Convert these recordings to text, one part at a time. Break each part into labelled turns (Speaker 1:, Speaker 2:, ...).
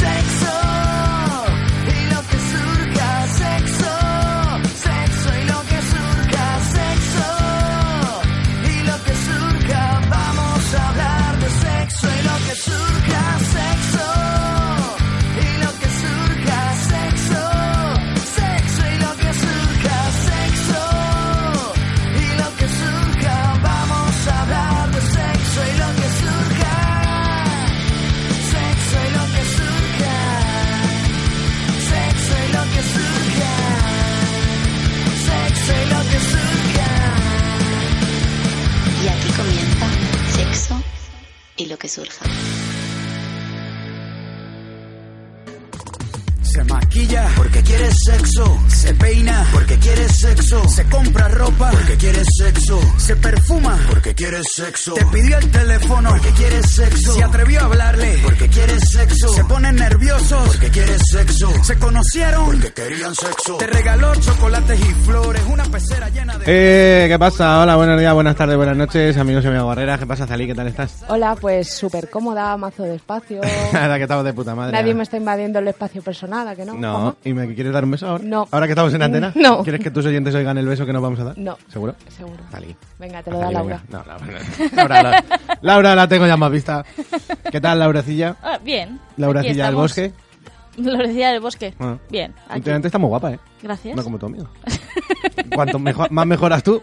Speaker 1: Sexo y lo que surja, sexo, sexo y lo que surja, sexo y lo que surja, vamos a hablar de sexo y lo que surja, sexo y lo que surja, sexo, sexo y lo que surja, sexo y lo que surja, vamos a hablar de sexo y lo que surja. Sexo y lo que surja. Sexo y lo que surja. Sexo y lo que surja.
Speaker 2: Y aquí comienza sexo y lo que surja.
Speaker 3: Se maquilla porque quiere sexo. Se peina porque quiere sexo. Se compra ropa porque quiere sexo. Se perfuma porque quiere sexo. Te pidió el teléfono porque quiere sexo. Se atrevió a hablarle porque quiere sexo. Se ponen nerviosos porque quiere sexo. Se conocieron porque querían sexo. Te regaló chocolates y flores. Una pecera llena de.
Speaker 4: Eh, ¿Qué pasa? Hola, buenos días, buenas tardes, buenas noches, amigos y amigas guerreras. ¿Qué pasa, Zalí? ¿Qué tal estás?
Speaker 5: Hola, pues súper cómoda, mazo de espacio.
Speaker 4: Ahora que estamos de puta madre.
Speaker 5: Nadie
Speaker 4: ahora.
Speaker 5: me está invadiendo el espacio personal, ¿a que no?
Speaker 4: No,
Speaker 5: Juanma?
Speaker 4: ¿y me quieres dar un beso ahora?
Speaker 5: No.
Speaker 4: ¿Ahora que estamos en antena?
Speaker 5: No.
Speaker 4: ¿Quieres que tus oyentes oigan el beso que nos vamos a dar?
Speaker 5: No.
Speaker 4: ¿Seguro?
Speaker 5: Seguro.
Speaker 4: Zalí.
Speaker 5: Venga, te lo da
Speaker 4: Zalí,
Speaker 5: Laura.
Speaker 4: venga. No, Laura, no. Laura, la, Laura la tengo ya más vista. ¿Qué tal, Lauracilla?
Speaker 6: Ah, bien. Aquí
Speaker 4: Lauracilla del
Speaker 6: estamos.
Speaker 4: Bosque.
Speaker 6: Lauracilla del Bosque.
Speaker 4: Ah.
Speaker 6: Bien. aquí.
Speaker 4: Últimamente está muy guapa, ¿eh?
Speaker 6: Gracias.
Speaker 4: No como tu amigo. Cuanto mejor, más mejoras tú.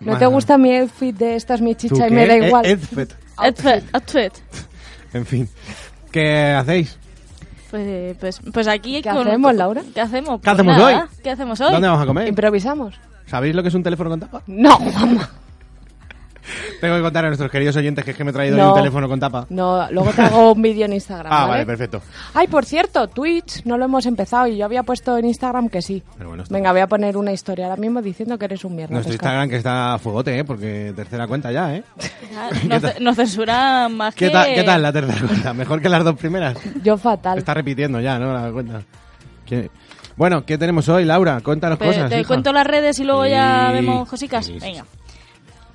Speaker 5: ¿No
Speaker 4: más-
Speaker 5: te gusta mi outfit de esta es mi
Speaker 4: ¿Tú
Speaker 5: chicha y
Speaker 4: qué?
Speaker 5: me da
Speaker 4: Eh,
Speaker 5: igual?
Speaker 4: Edfet.
Speaker 6: Outfit, outfit.
Speaker 4: En fin. ¿Qué hacéis?
Speaker 6: Pues, eh, pues, pues aquí
Speaker 5: ¿Qué hacemos, Laura?
Speaker 6: ¿Qué hacemos? Pues
Speaker 4: ¿Qué hacemos
Speaker 6: Nada.
Speaker 4: hoy?
Speaker 6: ¿Qué hacemos hoy?
Speaker 4: ¿Dónde vamos a comer?
Speaker 5: ¿Improvisamos?
Speaker 4: ¿Sabéis lo que es un teléfono con tapa?
Speaker 5: No, Juanma.
Speaker 4: Tengo que contar a nuestros queridos oyentes que es que me he traído
Speaker 5: No.
Speaker 4: hoy un teléfono con tapa.
Speaker 5: No, ¿eh? luego te hago un vídeo en Instagram.
Speaker 4: ah, vale, perfecto.
Speaker 5: Ay, por cierto, Twitch no lo hemos empezado y yo había puesto en Instagram que sí.
Speaker 4: Pero bueno, está
Speaker 5: Venga, voy a poner una historia ahora mismo diciendo que eres un mierda.
Speaker 4: Nuestro
Speaker 5: pescado.
Speaker 4: Instagram que está a fuegote, ¿eh? Porque tercera cuenta ya, ¿eh?
Speaker 6: Ah, Nos, nos censura más
Speaker 4: ¿Qué,
Speaker 6: que...
Speaker 4: tal, ¿Qué tal la tercera cuenta? Mejor que las dos primeras.
Speaker 5: Yo fatal.
Speaker 4: Está repitiendo ya, ¿no? La cuenta. ¿Qué- Bueno, ¿qué tenemos hoy, Laura? Cuéntanos
Speaker 6: Pues,
Speaker 4: cosas.
Speaker 6: te
Speaker 4: hija.
Speaker 6: cuento las redes y luego ya
Speaker 4: Sí.
Speaker 6: vemos cosicas.
Speaker 4: Sí, sí, sí.
Speaker 6: Venga.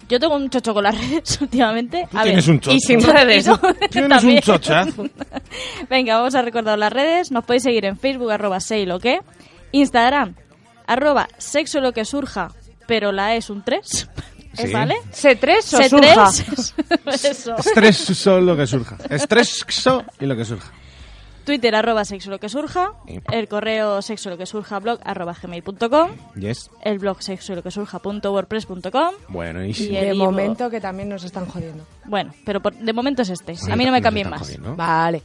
Speaker 6: Yo tengo un chocho con las redes últimamente.
Speaker 4: Tú
Speaker 6: A ver.
Speaker 4: tienes un chocho.
Speaker 5: Y sin redes.
Speaker 4: Tienes un
Speaker 6: También.
Speaker 4: chochazo.
Speaker 6: Venga, vamos a recordar las redes. Nos podéis seguir en Facebook, arroba sei lo que. Instagram, arroba sexo lo que surja, pero la E es un 3.
Speaker 4: Sí.
Speaker 6: ¿Vale?
Speaker 5: ¿C3 o
Speaker 6: Se
Speaker 5: surja?
Speaker 6: tres. Eso.
Speaker 4: Estreso lo que surja. Estreso y lo que surja.
Speaker 6: Twitter, arroba sexo lo que surja.
Speaker 4: Sí.
Speaker 6: El correo sexo lo que surja, blog, arroba gmail.com.
Speaker 4: Yes.
Speaker 6: El blog sexo lo que surja, punto wordpress.com.
Speaker 4: Buenísimo.
Speaker 6: Y el
Speaker 5: De
Speaker 6: Ivo.
Speaker 5: momento que también nos están jodiendo.
Speaker 6: Bueno, pero por- de momento es este. A mí no me cambien más.
Speaker 5: Vale.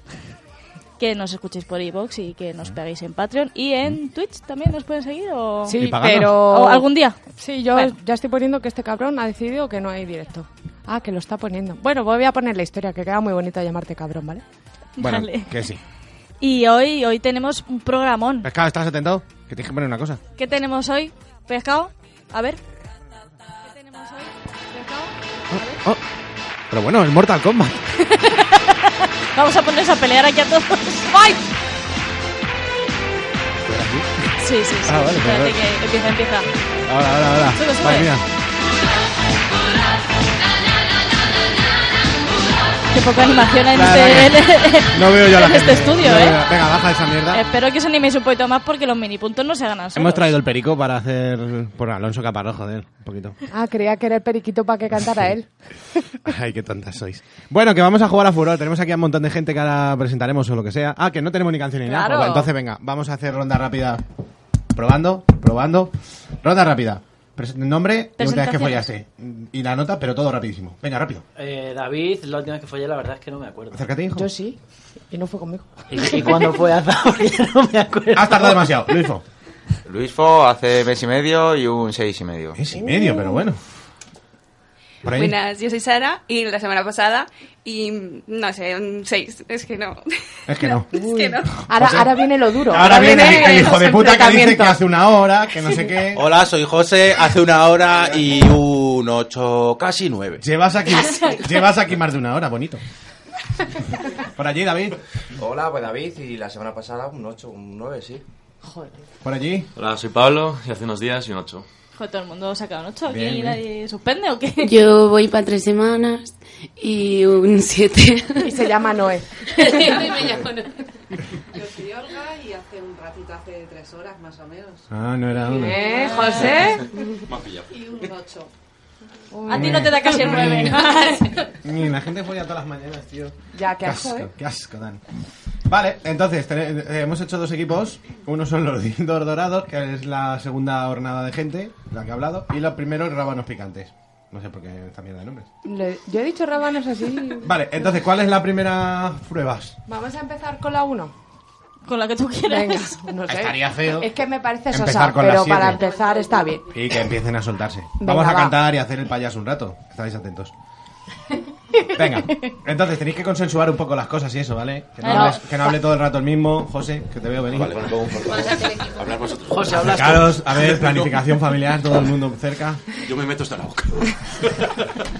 Speaker 6: Que nos escuchéis por iVoox y que nos peguéis en Patreon. Y en Twitch también nos pueden seguir o...
Speaker 4: Y
Speaker 5: Sí,
Speaker 4: paganos.
Speaker 5: pero...
Speaker 6: o algún día.
Speaker 5: Sí, yo
Speaker 6: Bueno.
Speaker 5: ya estoy poniendo que este cabrón ha decidido que no hay directo. Ah, que lo está poniendo. Bueno, voy a poner la historia, que queda muy bonito llamarte cabrón, ¿vale?
Speaker 4: Bueno,
Speaker 6: Vale.
Speaker 4: que sí.
Speaker 6: Y hoy, hoy tenemos un programón.
Speaker 4: Pescado, ¿estás atentado? Que tienes que poner una cosa.
Speaker 6: ¿Qué tenemos hoy? ¿Pescado? A ver. ¿Qué tenemos hoy? ¿Pescado?
Speaker 4: Oh, Pero bueno, el Mortal Kombat.
Speaker 6: Vamos a ponernos a pelear aquí a todos. ¡Fight! Sí, sí, sí.
Speaker 4: Ah, vale,
Speaker 6: Espérate
Speaker 4: vale.
Speaker 6: que empieza, empieza.
Speaker 4: Ahora, ahora, ahora.
Speaker 6: Sube, sube.
Speaker 4: Madre mía.
Speaker 6: Qué poca animación hay en
Speaker 4: La
Speaker 6: este,
Speaker 4: verdad No veo yo a la
Speaker 6: en
Speaker 4: gente.
Speaker 6: este estudio,
Speaker 4: No
Speaker 6: ¿eh?
Speaker 4: veo- Venga, baja esa mierda.
Speaker 6: Espero que os animéis un poquito más porque los mini puntos no se ganan solos.
Speaker 4: Hemos traído el perico para hacer. Por Alonso Caparro, joder, un poquito.
Speaker 5: Ah, creía que era el periquito para que cantara él.
Speaker 4: Ay, qué tontas sois. Bueno, que vamos a jugar a furor. Tenemos aquí a un montón de gente que ahora presentaremos o lo que sea. Ah, que no tenemos ni canción ni nada.
Speaker 6: Claro.
Speaker 4: Pues entonces, venga, vamos a hacer ronda rápida. Probando, probando. Ronda rápida. Pres- nombre y última vez que follaste.
Speaker 6: Presentaciones.
Speaker 4: Y la nota, pero todo rapidísimo. Venga, rápido.
Speaker 7: Eh, David, la última vez que follé, la verdad es que no me acuerdo.
Speaker 4: Acércate, hijo.
Speaker 5: Yo sí, y no fue conmigo.
Speaker 7: ¿Y, y cuándo fue Aza? Porque no me acuerdo.
Speaker 4: Has tardado demasiado, Luisfo.
Speaker 8: Luis Fo hace mes y medio y un seis y medio.
Speaker 4: Es y medio, pero bueno. Por ahí.
Speaker 9: Buenas, yo soy Sara y la semana pasada Y mm, no sé, un 6. Es que no.
Speaker 4: Es que no.
Speaker 9: es que no.
Speaker 5: Ahora, ahora viene lo duro.
Speaker 4: Ahora viene el, el hijo de puta que dice que
Speaker 5: enfrentamiento.
Speaker 4: hace una hora, que no sé qué.
Speaker 10: Hola, soy José, hace una hora y un 8, casi 9.
Speaker 4: Llevas aquí, llevas aquí más de una hora, bonito. Por allí, David.
Speaker 3: Hola, pues David, y la semana pasada un 8, un 9, sí. Joder.
Speaker 4: Por allí.
Speaker 11: Hola, soy Pablo y hace unos días y un 8.
Speaker 6: Joder, todo el mundo saca un 8. ¿Aquí
Speaker 11: Bien, bien.
Speaker 6: nadie suspende o qué?
Speaker 12: Yo voy para tres semanas y un 7.
Speaker 5: Y se llama Noé.
Speaker 13: Yo soy Olga y hace un ratito, hace tres horas más o menos.
Speaker 4: Ah, no era una.
Speaker 13: ¿Eh, José? Y un 8.
Speaker 6: A ti no te da casi el 9.
Speaker 4: Ni la gente folla todas las mañanas, tío.
Speaker 5: Ya, qué asco,
Speaker 4: asco,
Speaker 5: ¿eh?
Speaker 4: qué asco, Dan. Vale, entonces ten- eh, hemos hecho dos equipos. Uno son los Dindos Dorados, que es la segunda hornada de gente, la que he hablado. Y los primeros Rábanos Picantes. No sé por qué esta mierda de nombres.
Speaker 5: Le- yo he dicho rábanos así.
Speaker 4: Vale, entonces, ¿cuál es la primera prueba?
Speaker 5: Vamos a empezar con la 1.
Speaker 6: Con la que tú
Speaker 5: quieras. Venga, no sé.
Speaker 4: Estaría feo.
Speaker 5: Es que me parece
Speaker 4: Empezar
Speaker 5: sosa,
Speaker 4: con la
Speaker 5: pero
Speaker 4: siete.
Speaker 5: para empezar está bien.
Speaker 4: Y que empiecen a soltarse.
Speaker 5: Venga,
Speaker 4: Vamos a
Speaker 5: va.
Speaker 4: cantar y hacer el payaso un rato. Estáis atentos. Venga, entonces tenéis que consensuar un poco las cosas y eso, ¿vale? Que no,
Speaker 10: Claro.
Speaker 4: hables- que no hable todo el rato el mismo, José, que te veo venir.
Speaker 10: Vale, bueno, pongo un portavoz. Hablar vosotros. José, hablas tú.
Speaker 4: Acercaros, a ver, planificación familiar, todo el mundo cerca.
Speaker 10: Yo me meto hasta la boca.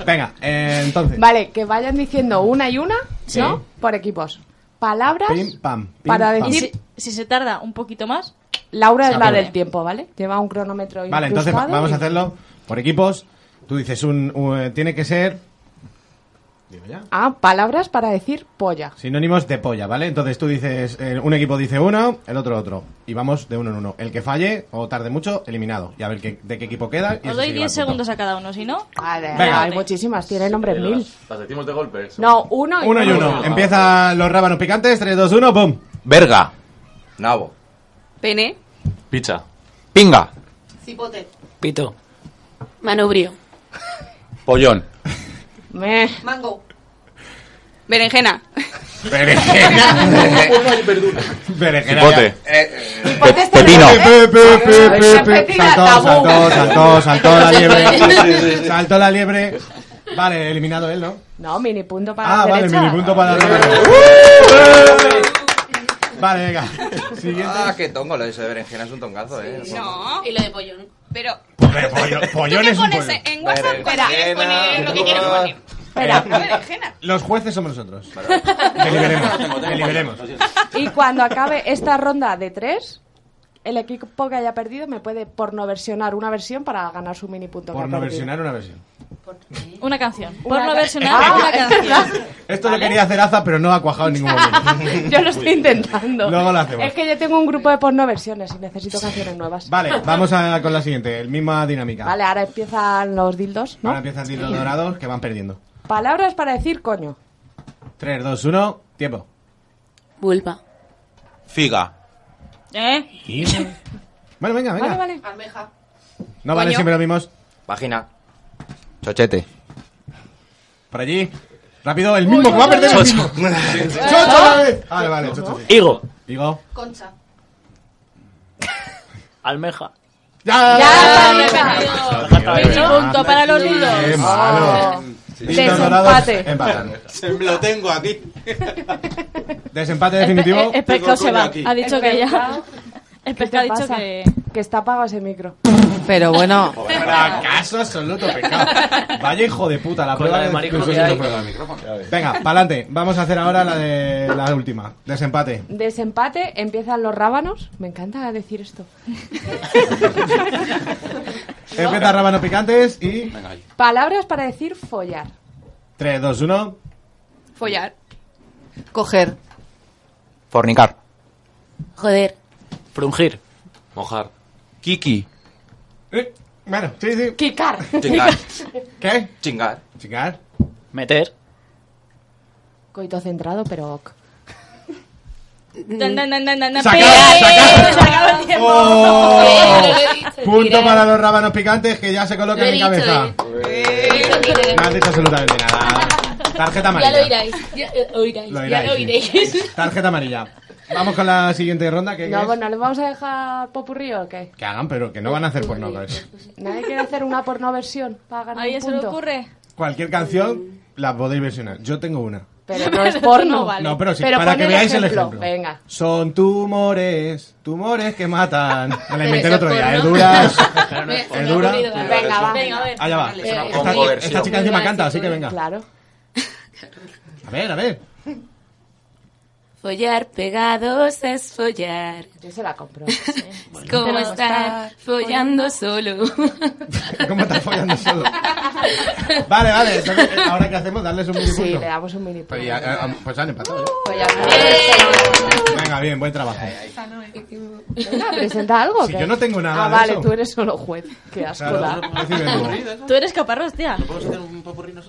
Speaker 4: Venga, eh, entonces.
Speaker 5: Vale, que vayan diciendo una y una,
Speaker 4: Sí.
Speaker 5: ¿no? Por equipos. Palabras.
Speaker 4: Pim, pam, pim,
Speaker 5: para
Speaker 4: pam.
Speaker 5: decir-
Speaker 6: Si se tarda un poquito más,
Speaker 5: Laura es
Speaker 4: Se
Speaker 5: la
Speaker 4: acabó.
Speaker 5: del tiempo, ¿vale? Lleva un cronómetro
Speaker 4: Vale, entonces va-
Speaker 5: incrustado
Speaker 4: vamos
Speaker 5: y-
Speaker 4: a hacerlo por equipos. Tú dices, un, un- tiene que ser
Speaker 5: Ah, palabras para decir polla.
Speaker 4: Sinónimos de polla, ¿vale? Entonces tú dices, eh, un equipo dice uno, el otro otro. Y vamos de uno en uno. El que falle o tarde mucho, eliminado. Y a ver qué- de qué equipo queda.
Speaker 6: os
Speaker 4: y ese
Speaker 6: doy
Speaker 4: se lleva
Speaker 6: 10
Speaker 4: el punto.
Speaker 6: segundos a cada uno, si no.
Speaker 5: Vale,
Speaker 4: Venga.
Speaker 5: hay muchísimas, tiene nombres
Speaker 11: Eh,
Speaker 5: mil.
Speaker 11: Las, las decimos de golpe.
Speaker 5: No, uno y
Speaker 4: Uno y uno. Empiezan los rábanos picantes. 3, 2, 1, ¡pum!
Speaker 8: Verga.
Speaker 3: Nabo.
Speaker 9: Pene.
Speaker 11: Picha.
Speaker 8: Pinga.
Speaker 13: Cipote.
Speaker 8: Pito.
Speaker 12: Manubrio.
Speaker 8: Pollón.
Speaker 9: Mango. Berenjena.
Speaker 4: Berenjena.
Speaker 8: Cipote.
Speaker 4: Pe-
Speaker 5: este
Speaker 9: está
Speaker 4: pepino.
Speaker 9: bien,
Speaker 4: Pe-
Speaker 9: ¿eh?
Speaker 4: pe- pe- pe-
Speaker 9: Esa
Speaker 4: pe-
Speaker 9: pepina
Speaker 4: Saltó,
Speaker 9: tabú.
Speaker 4: saltó, saltó, saltó la
Speaker 5: Sí, sí,
Speaker 4: liebre.
Speaker 5: sí.
Speaker 4: Saltó la liebre. Vale, eliminado él, ¿no?
Speaker 5: No, mini punto para
Speaker 4: Ah,
Speaker 5: la
Speaker 4: vale,
Speaker 5: derecha.
Speaker 4: mini punto para la liebre. Vale, venga.
Speaker 3: Uh, Ah, qué tongo lo de eso de berenjena, es un tongazo, ¿eh?
Speaker 9: No. Y lo de pollón. Pero.
Speaker 4: Pollón
Speaker 9: ¿Qué
Speaker 4: es un
Speaker 9: pones
Speaker 4: pollón.
Speaker 9: en WhatsApp? Espera, quieres poner lo que quieres poner.
Speaker 4: Los jueces somos nosotros. Deliberemos. Deliberemos.
Speaker 5: Y cuando acabe esta ronda de tres, el equipo que haya perdido me puede pornoversionar una versión para ganar su mini punto. que ha
Speaker 4: Por no
Speaker 5: perdido.
Speaker 4: versionar una versión.
Speaker 6: Una canción. Por
Speaker 5: Una
Speaker 6: no
Speaker 5: ca-
Speaker 6: versionar
Speaker 5: Ah,
Speaker 6: una
Speaker 5: es
Speaker 6: canción.
Speaker 4: Esto lo quería hacer Aza, pero no ha cuajado en ningún momento.
Speaker 5: Yo lo estoy intentando.
Speaker 4: Luego lo hacemos.
Speaker 5: Es que yo tengo un grupo de pornoversiones y necesito canciones nuevas.
Speaker 4: Vale, vamos a, con la siguiente, el misma dinámica.
Speaker 5: Vale, ahora empiezan los dildos, ¿no?
Speaker 4: Ahora empiezan los
Speaker 5: Sí.
Speaker 4: dorados que van perdiendo.
Speaker 5: Palabras para decir coño.
Speaker 4: 3, 2, 1, tiempo.
Speaker 12: Vulva.
Speaker 10: Figa.
Speaker 6: ¿Eh?
Speaker 4: Bueno, venga, venga.
Speaker 5: vale.
Speaker 13: Almeja.
Speaker 4: No vale
Speaker 3: Coño.
Speaker 4: siempre lo mismo.
Speaker 3: Vagina.
Speaker 8: Chochete.
Speaker 4: Por allí. Rápido, el mismo que va a perder el mismo. Chocho otra vez. Vale, vale, chocho. sí.
Speaker 14: Higo.
Speaker 4: Higo.
Speaker 13: Concha.
Speaker 14: Almeja.
Speaker 4: Ya,
Speaker 6: Mini punto para los
Speaker 4: Qué
Speaker 6: dildos.
Speaker 4: malo. Dildos dorados,
Speaker 6: Desempate.
Speaker 4: empatan.
Speaker 10: Se me lo tengo aquí.
Speaker 4: Desempate
Speaker 6: El,
Speaker 4: definitivo.
Speaker 6: pe- el pescado eh, se va. Ha dicho
Speaker 5: El
Speaker 6: que ya.
Speaker 5: pescado.
Speaker 6: El
Speaker 5: ¿Qué
Speaker 6: pescado ha
Speaker 5: te
Speaker 6: dicho
Speaker 5: pasa?
Speaker 6: que.
Speaker 5: Que está apagado ese micro.
Speaker 13: Pero bueno.
Speaker 4: Fracaso absoluto, pecado. Vaya hijo de puta, la
Speaker 14: Con
Speaker 4: prueba
Speaker 14: la de
Speaker 4: de
Speaker 14: marico
Speaker 4: incluso
Speaker 14: que hay.
Speaker 4: no prueba. Venga, pa'lante. Vamos a hacer ahora la de la última. Desempate.
Speaker 5: Desempate, empiezan los rábanos. Me encanta decir esto.
Speaker 4: Empieza rábanos picantes y.
Speaker 5: Palabras para decir follar.
Speaker 4: 3, 2, 1.
Speaker 9: Follar.
Speaker 13: Coger.
Speaker 8: Fornicar.
Speaker 12: Joder.
Speaker 14: Frungir.
Speaker 11: Mojar.
Speaker 8: Kiki.
Speaker 4: Bueno, sí, sí.
Speaker 5: Quicar.
Speaker 3: Chingar.
Speaker 4: ¿Qué?
Speaker 3: Chingar.
Speaker 4: Chingar.
Speaker 14: Meter.
Speaker 5: Coito centrado, pero ok. Mm.
Speaker 6: Dan, dan, dan, dan, dan, dan.
Speaker 5: Se
Speaker 6: Pero-
Speaker 5: acaba, se acaba.
Speaker 6: Se acaba el tiempo.
Speaker 4: ¡Oh!
Speaker 6: Pero-
Speaker 4: Punto para los rábanos picantes que ya se
Speaker 6: Lo
Speaker 4: colocan
Speaker 6: he
Speaker 4: en mi
Speaker 6: dicho, ¿eh?
Speaker 4: cabeza. No has dicho absolutamente nada. Tarjeta amarilla.
Speaker 15: Ya lo oiráis.
Speaker 4: Lo oiráis, sí. Tarjeta amarilla. Vamos con la siguiente ronda que,
Speaker 5: No,
Speaker 4: es-
Speaker 5: bueno, ¿les vamos a dejar popurrí o qué?
Speaker 4: que hagan, pero que no van a hacer porno. pues.
Speaker 5: Nadie quiere hacer una pornoversión para ganar
Speaker 6: ¿A
Speaker 5: un
Speaker 6: alguien se le
Speaker 5: punto.
Speaker 6: ocurre?
Speaker 4: Cualquier canción la podéis versionar. Yo tengo una.
Speaker 5: Pero no es porno.
Speaker 4: No, pero sí, para
Speaker 5: pon
Speaker 4: que veáis el ejemplo.
Speaker 5: Venga.
Speaker 4: Son tumores, tumores que matan. Me la
Speaker 5: Pero
Speaker 4: inventé
Speaker 5: eso
Speaker 4: el otro día,
Speaker 5: es
Speaker 4: es
Speaker 5: porno.
Speaker 4: dura.
Speaker 5: Pero
Speaker 4: es
Speaker 5: eso
Speaker 4: es
Speaker 5: no
Speaker 4: dura.
Speaker 5: es aburrido, Venga, va. Venga, a ver.
Speaker 4: Allá Ah, va.
Speaker 5: Es una
Speaker 4: Esta-
Speaker 5: conversión.
Speaker 2: Eh,
Speaker 4: Esta chica encima canta, así que venga.
Speaker 5: Claro.
Speaker 4: A ver, a ver.
Speaker 2: Follar pegados es follar.
Speaker 5: Yo se la compro. pues
Speaker 2: Es como
Speaker 5: Pero
Speaker 2: estar
Speaker 5: estar
Speaker 2: follando solo.
Speaker 4: ¿Cómo estás follando solo? Vale, vale. entonces, eh, Ahora que hacemos, darles un mini
Speaker 5: Sí,
Speaker 4: punto.
Speaker 5: le damos un mini punto.
Speaker 4: Pues, ya, eh, am- pues han empatado, ¿eh? Venga, bien, buen trabajo.
Speaker 5: Venga, presenta algo.
Speaker 4: Si
Speaker 5: ¿qué?
Speaker 4: yo no tengo nada
Speaker 5: Ah,
Speaker 4: de
Speaker 5: vale,
Speaker 4: eso.
Speaker 5: tú eres solo juez. Qué asco
Speaker 4: Claro,
Speaker 5: da.
Speaker 4: no puedo decir de nuevo.
Speaker 6: Tú eres caparros, tía.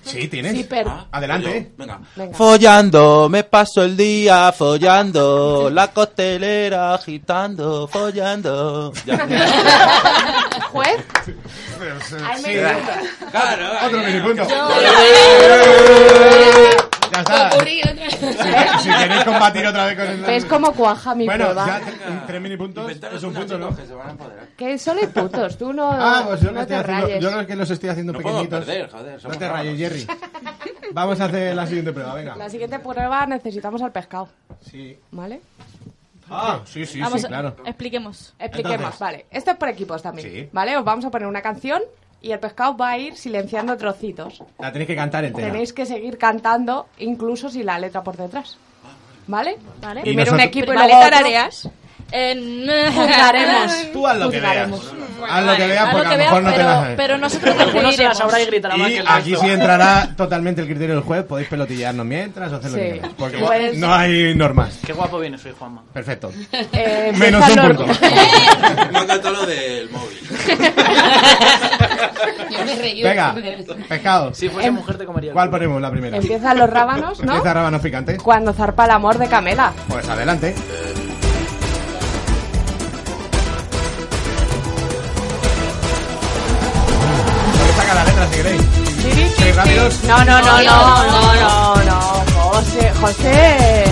Speaker 4: Sí, tienes.
Speaker 5: Sí, pero-
Speaker 4: Adelante.
Speaker 10: Venga. Follando, me paso el día follando, la costelera agitando, follando. Ya,
Speaker 5: ¿Juez? Ay, me encanta.
Speaker 4: Otro mini punto. Ya está.
Speaker 5: Popurrí, otra vez.
Speaker 4: Si- Si queréis combatir otra vez con el.
Speaker 5: ¿Ves cómo cuaja mi
Speaker 4: Bueno,
Speaker 5: prueba?
Speaker 4: ya tre- tres mini puntos es un punto, ¿no?
Speaker 5: Que solo hay putos, tú no,
Speaker 4: Ah, pues yo no,
Speaker 5: no
Speaker 4: estoy
Speaker 5: te
Speaker 4: haciendo,
Speaker 5: rayes.
Speaker 4: yo no es que los estoy haciendo
Speaker 10: No puedo
Speaker 4: pequeñitos.
Speaker 10: perder, joder, somos
Speaker 4: no te
Speaker 10: hermanos.
Speaker 4: rayes, Jerry. Vamos a hacer la siguiente prueba, venga.
Speaker 5: La siguiente prueba necesitamos al pescado.
Speaker 4: Sí.
Speaker 5: ¿Vale?
Speaker 4: Ah, sí, sí,
Speaker 5: Vamos
Speaker 4: sí,
Speaker 5: a-
Speaker 4: claro.
Speaker 6: Expliquemos.
Speaker 5: Expliquemos,
Speaker 4: Entonces.
Speaker 5: vale. Esto es por equipos también.
Speaker 4: Sí.
Speaker 5: ¿Vale? Os vamos a poner una canción y el pescado va a ir silenciando trocitos.
Speaker 4: La tenéis que cantar entera.
Speaker 5: Tenéis que seguir cantando, incluso si la letra por detrás. ¿Vale?
Speaker 6: Vale.
Speaker 4: Y
Speaker 5: Primero un
Speaker 4: nosotros-
Speaker 5: equipo y
Speaker 6: Vale,
Speaker 5: luego otro.
Speaker 6: tarareas. Eh, no.
Speaker 5: Juzgaremos.
Speaker 4: Tú haz lo que veas.
Speaker 5: Juzgaremos.
Speaker 4: haz lo que veas
Speaker 6: Haz
Speaker 4: porque
Speaker 6: lo que
Speaker 4: a lo mejor
Speaker 6: veas,
Speaker 4: no te
Speaker 6: pero-
Speaker 4: la sabes.
Speaker 6: Pero nosotros decidiremos.
Speaker 4: Y aquí sí entrará totalmente el criterio del juez. Podéis pelotillarnos mientras o hacer lo
Speaker 6: Sí.
Speaker 4: que queráis. Porque
Speaker 6: Pues-
Speaker 4: no hay normas.
Speaker 14: Qué guapo viene, soy Juanma.
Speaker 4: Perfecto.
Speaker 5: Eh,
Speaker 4: Menos
Speaker 5: empieza
Speaker 4: un
Speaker 5: Lor-
Speaker 4: punto.
Speaker 10: Me encantó lo del móvil.
Speaker 9: Yo me reí.
Speaker 4: Venga, pescado.
Speaker 14: Si
Speaker 5: Em,
Speaker 14: fuese pues mujer te comería. el
Speaker 4: ¿Cuál
Speaker 14: culo.
Speaker 4: ponemos la primera?
Speaker 5: Empiezan los rábanos, ¿no?
Speaker 4: Empieza rábanos picantes.
Speaker 5: Cuando zarpa el amor de Camela.
Speaker 4: Pues adelante. Porque saca la letra si queréis. ¿Sois rápidos?
Speaker 5: No, no, no, no, no, no, no. José, José.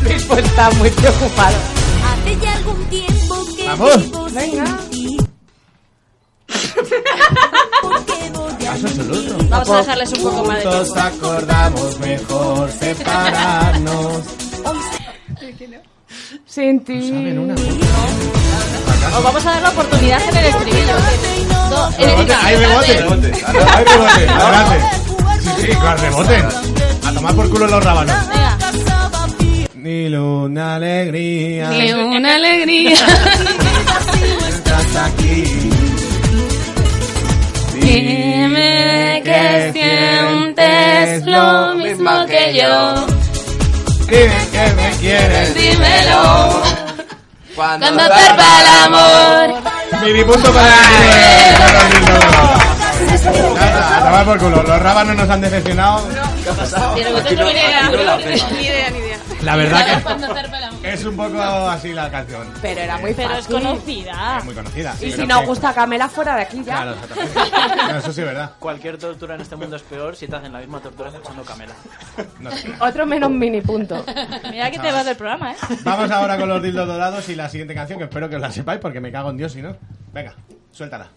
Speaker 5: Luis pues está muy preocupado.
Speaker 16: Hace ya algún tiempo que
Speaker 4: Vamos.
Speaker 16: vivo sin ti. Porque voy a
Speaker 4: Eso es el otro.
Speaker 16: Vamos a dejarles un poco más de
Speaker 4: Juntos acordamos mejor separarnos.
Speaker 5: Sin
Speaker 4: Pues
Speaker 5: ti.
Speaker 6: Os vamos a dar la oportunidad en el estribillo. No, en el-
Speaker 4: Hay rebote. Hay rebote. Adelante. Sí, sí, que reboten. A tomar por culo los rábanos. Ni una alegría.
Speaker 12: Ni una alegría.
Speaker 4: Estás aquí.
Speaker 12: Dime
Speaker 2: Eh,
Speaker 12: que sientes lo mismo que yo.
Speaker 4: Dime que me quieres.
Speaker 12: Dímelo.
Speaker 3: Cuando,
Speaker 12: Cuando zarpa el amor.
Speaker 4: Mini punto para Irene, para los niños. Nada, A tomar por culo. Los rábanos nos han decepcionado.
Speaker 3: ¿Qué ha pasado?
Speaker 9: Pero vosotros
Speaker 3: Continúa,
Speaker 9: ni idea,
Speaker 3: continúa la
Speaker 9: ni idea,
Speaker 3: pena.
Speaker 9: ni idea, ni idea.
Speaker 4: La verdad
Speaker 9: Cuando zarpa el amor.
Speaker 4: que es un poco así la canción.
Speaker 5: Pero era muy
Speaker 6: Pero es
Speaker 5: fácil.
Speaker 6: conocida.
Speaker 4: Muy conocida.
Speaker 5: Y
Speaker 4: pero
Speaker 5: si no
Speaker 4: que-
Speaker 5: gusta Camela, fuera de aquí ya.
Speaker 4: Claro, exactamente. No, Eso sí es verdad.
Speaker 14: Cualquier tortura en este mundo es peor si te hacen la misma tortura escuchando Camela.
Speaker 4: No sé.
Speaker 5: Otro menos mini punto.
Speaker 6: Mira que te vas del programa, ¿eh?
Speaker 4: Vamos ahora con los dildos dorados y la siguiente canción, que espero que os la sepáis porque me cago en Dios si no. Venga, suéltala.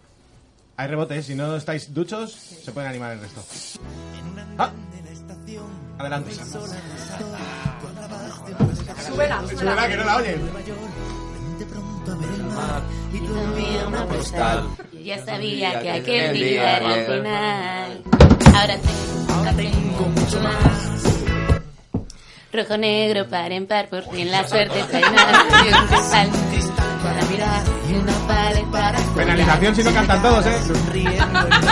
Speaker 4: Hay rebotes, si no estáis duchos, se pueden animar el resto. Ah. Adelante.
Speaker 5: Súbela,
Speaker 4: Súbela, que no la oyes.
Speaker 2: Y ya sabía que
Speaker 16: aquel
Speaker 2: aquel
Speaker 16: día
Speaker 2: día era el final. Ahora tengo, ahora tengo mucho más. Rojo negro para empar, por fin la suerte está en la- y un cristal para mirar y una pared para
Speaker 4: Penalización si no cantan todos, ¿eh?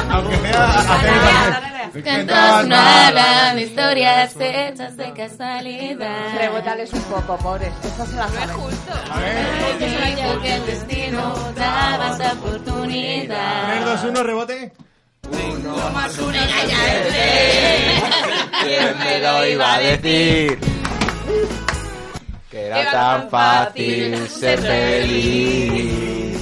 Speaker 4: Aunque sea hacer...
Speaker 2: Cantos no hablan Ah, de este- historias hechas de casualidad.
Speaker 5: Rebotales un poco, pobres. Esto se la saben.
Speaker 2: Aquello que el destino daba esa oportunidad.
Speaker 4: 3, 2, 1, rebote.
Speaker 8: ¿Quién me lo iba a decir? Que era tan fácil ser feliz.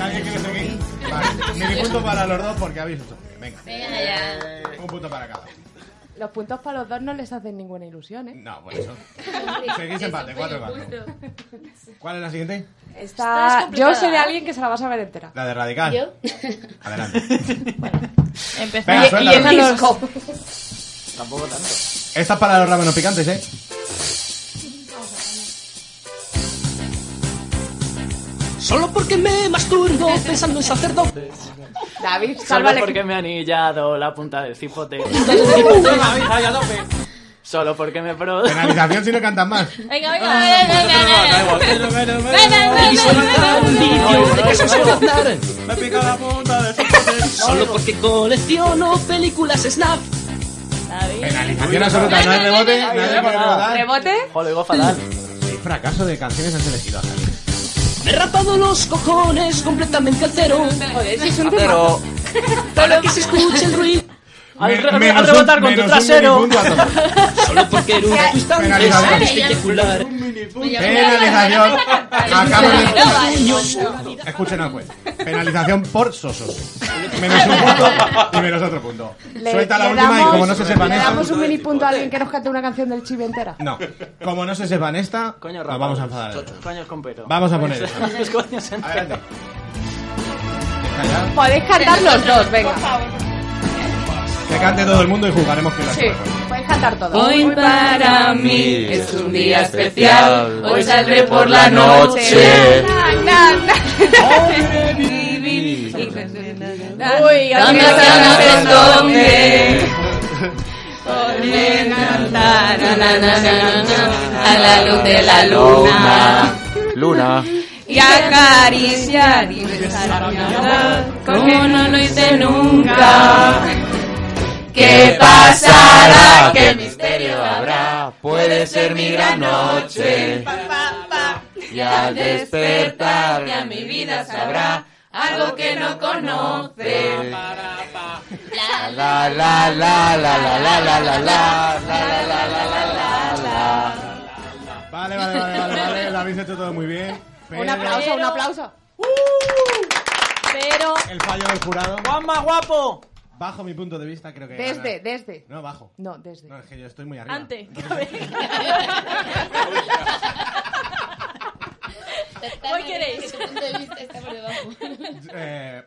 Speaker 4: ¿Alguien quiere seguir? Vale. Mini punto para los dos porque habéis hecho. bien, Venga. Un punto para cada.
Speaker 5: Los puntos para los dos no les hacen ninguna ilusión, ¿eh?
Speaker 4: No, por eso. Seguís empate, 4-4. ¿Cuál es la siguiente?
Speaker 5: Está- Yo soy
Speaker 6: ¿eh?
Speaker 5: de alguien que se la va a saber entera.
Speaker 4: La de Radical.
Speaker 5: ¿Yo?
Speaker 4: Adelante.
Speaker 5: Empezamos.
Speaker 4: Venga, suéltala.
Speaker 14: Tampoco tanto.
Speaker 4: Esta es para los rábanos picantes, ¿eh?
Speaker 16: Solo porque me masturbo pensando en sacerdote.
Speaker 5: David,
Speaker 14: Solo
Speaker 16: sálvale.
Speaker 14: porque me han anillado la punta del cipote. Solo porque me pro.
Speaker 4: Penalización si no cantas más.
Speaker 6: Venga, venga, venga, venga, venga.
Speaker 16: Me pica la punta del cipote. Solo porque colecciono películas Snap.
Speaker 4: Penalización absoluta, no hay rebote. No hay rebote.
Speaker 5: ¿Rebote?
Speaker 14: Joder, digo fatal.
Speaker 4: Qué fracaso de canciones has elegido.
Speaker 16: Me he rapado los cojones completamente al cero. Joder, es
Speaker 2: Ah,
Speaker 16: un
Speaker 4: Pero.
Speaker 16: Para que se escuche el ruido.
Speaker 14: Al re- al rebotar con tu trasero.
Speaker 16: Solo porque eres un instante
Speaker 4: Penalización.
Speaker 16: sabes eyacular.
Speaker 4: Penalización. Acabo de-
Speaker 16: No vale,
Speaker 4: Escuchen al juez. Penalización por sosos. Menos un punto y menos otro punto.
Speaker 5: Le-
Speaker 4: Suelta la
Speaker 5: le
Speaker 4: última y
Speaker 5: damos-
Speaker 4: como no se sepan
Speaker 5: Le
Speaker 4: esta.
Speaker 5: damos un mini punto a alguien que nos cante una canción del chive entera.
Speaker 4: No. Como no se sepan esta,
Speaker 14: Coño,
Speaker 4: nos Ah, vamos a enfadar.
Speaker 14: Coños con pelo.
Speaker 4: Vamos a poner eso.
Speaker 14: Los coños en
Speaker 4: Adelante.
Speaker 5: Podéis cantar los dos, venga.
Speaker 4: Que cante todo el mundo y jugaremos con la
Speaker 5: Sí, podéis cantar todos.
Speaker 2: Hoy para mí es un día especial. Hoy saldré por la noche.
Speaker 16: Uy,
Speaker 2: ¿Dónde
Speaker 16: ahora-
Speaker 2: están los
Speaker 16: ¿Dónde?
Speaker 2: A la luz de la luna.
Speaker 8: Luna.
Speaker 2: Y acariciar y besar a mi amor, como no lo hice nunca. ¿Qué pasará? ¿Qué misterio habrá?
Speaker 8: Puede ser mi gran noche.
Speaker 2: Y al despertar ya mi vida sabrá algo que no conoce.
Speaker 8: La la la la la la la la la la la la la la la.
Speaker 4: Vale, vale, vale, vale, vale, lo habéis hecho todo muy bien.
Speaker 5: Un aplauso, un aplauso.
Speaker 6: Pero.
Speaker 4: El fallo del jurado.
Speaker 14: ¡Guama, guapo!
Speaker 4: Bajo mi punto de vista, creo que.
Speaker 5: Desde,
Speaker 4: gana.
Speaker 5: desde.
Speaker 4: No, bajo.
Speaker 5: No, desde.
Speaker 4: No, es que yo estoy muy arriba.
Speaker 6: Ante.
Speaker 2: ¿Qué queréis?
Speaker 4: Eh,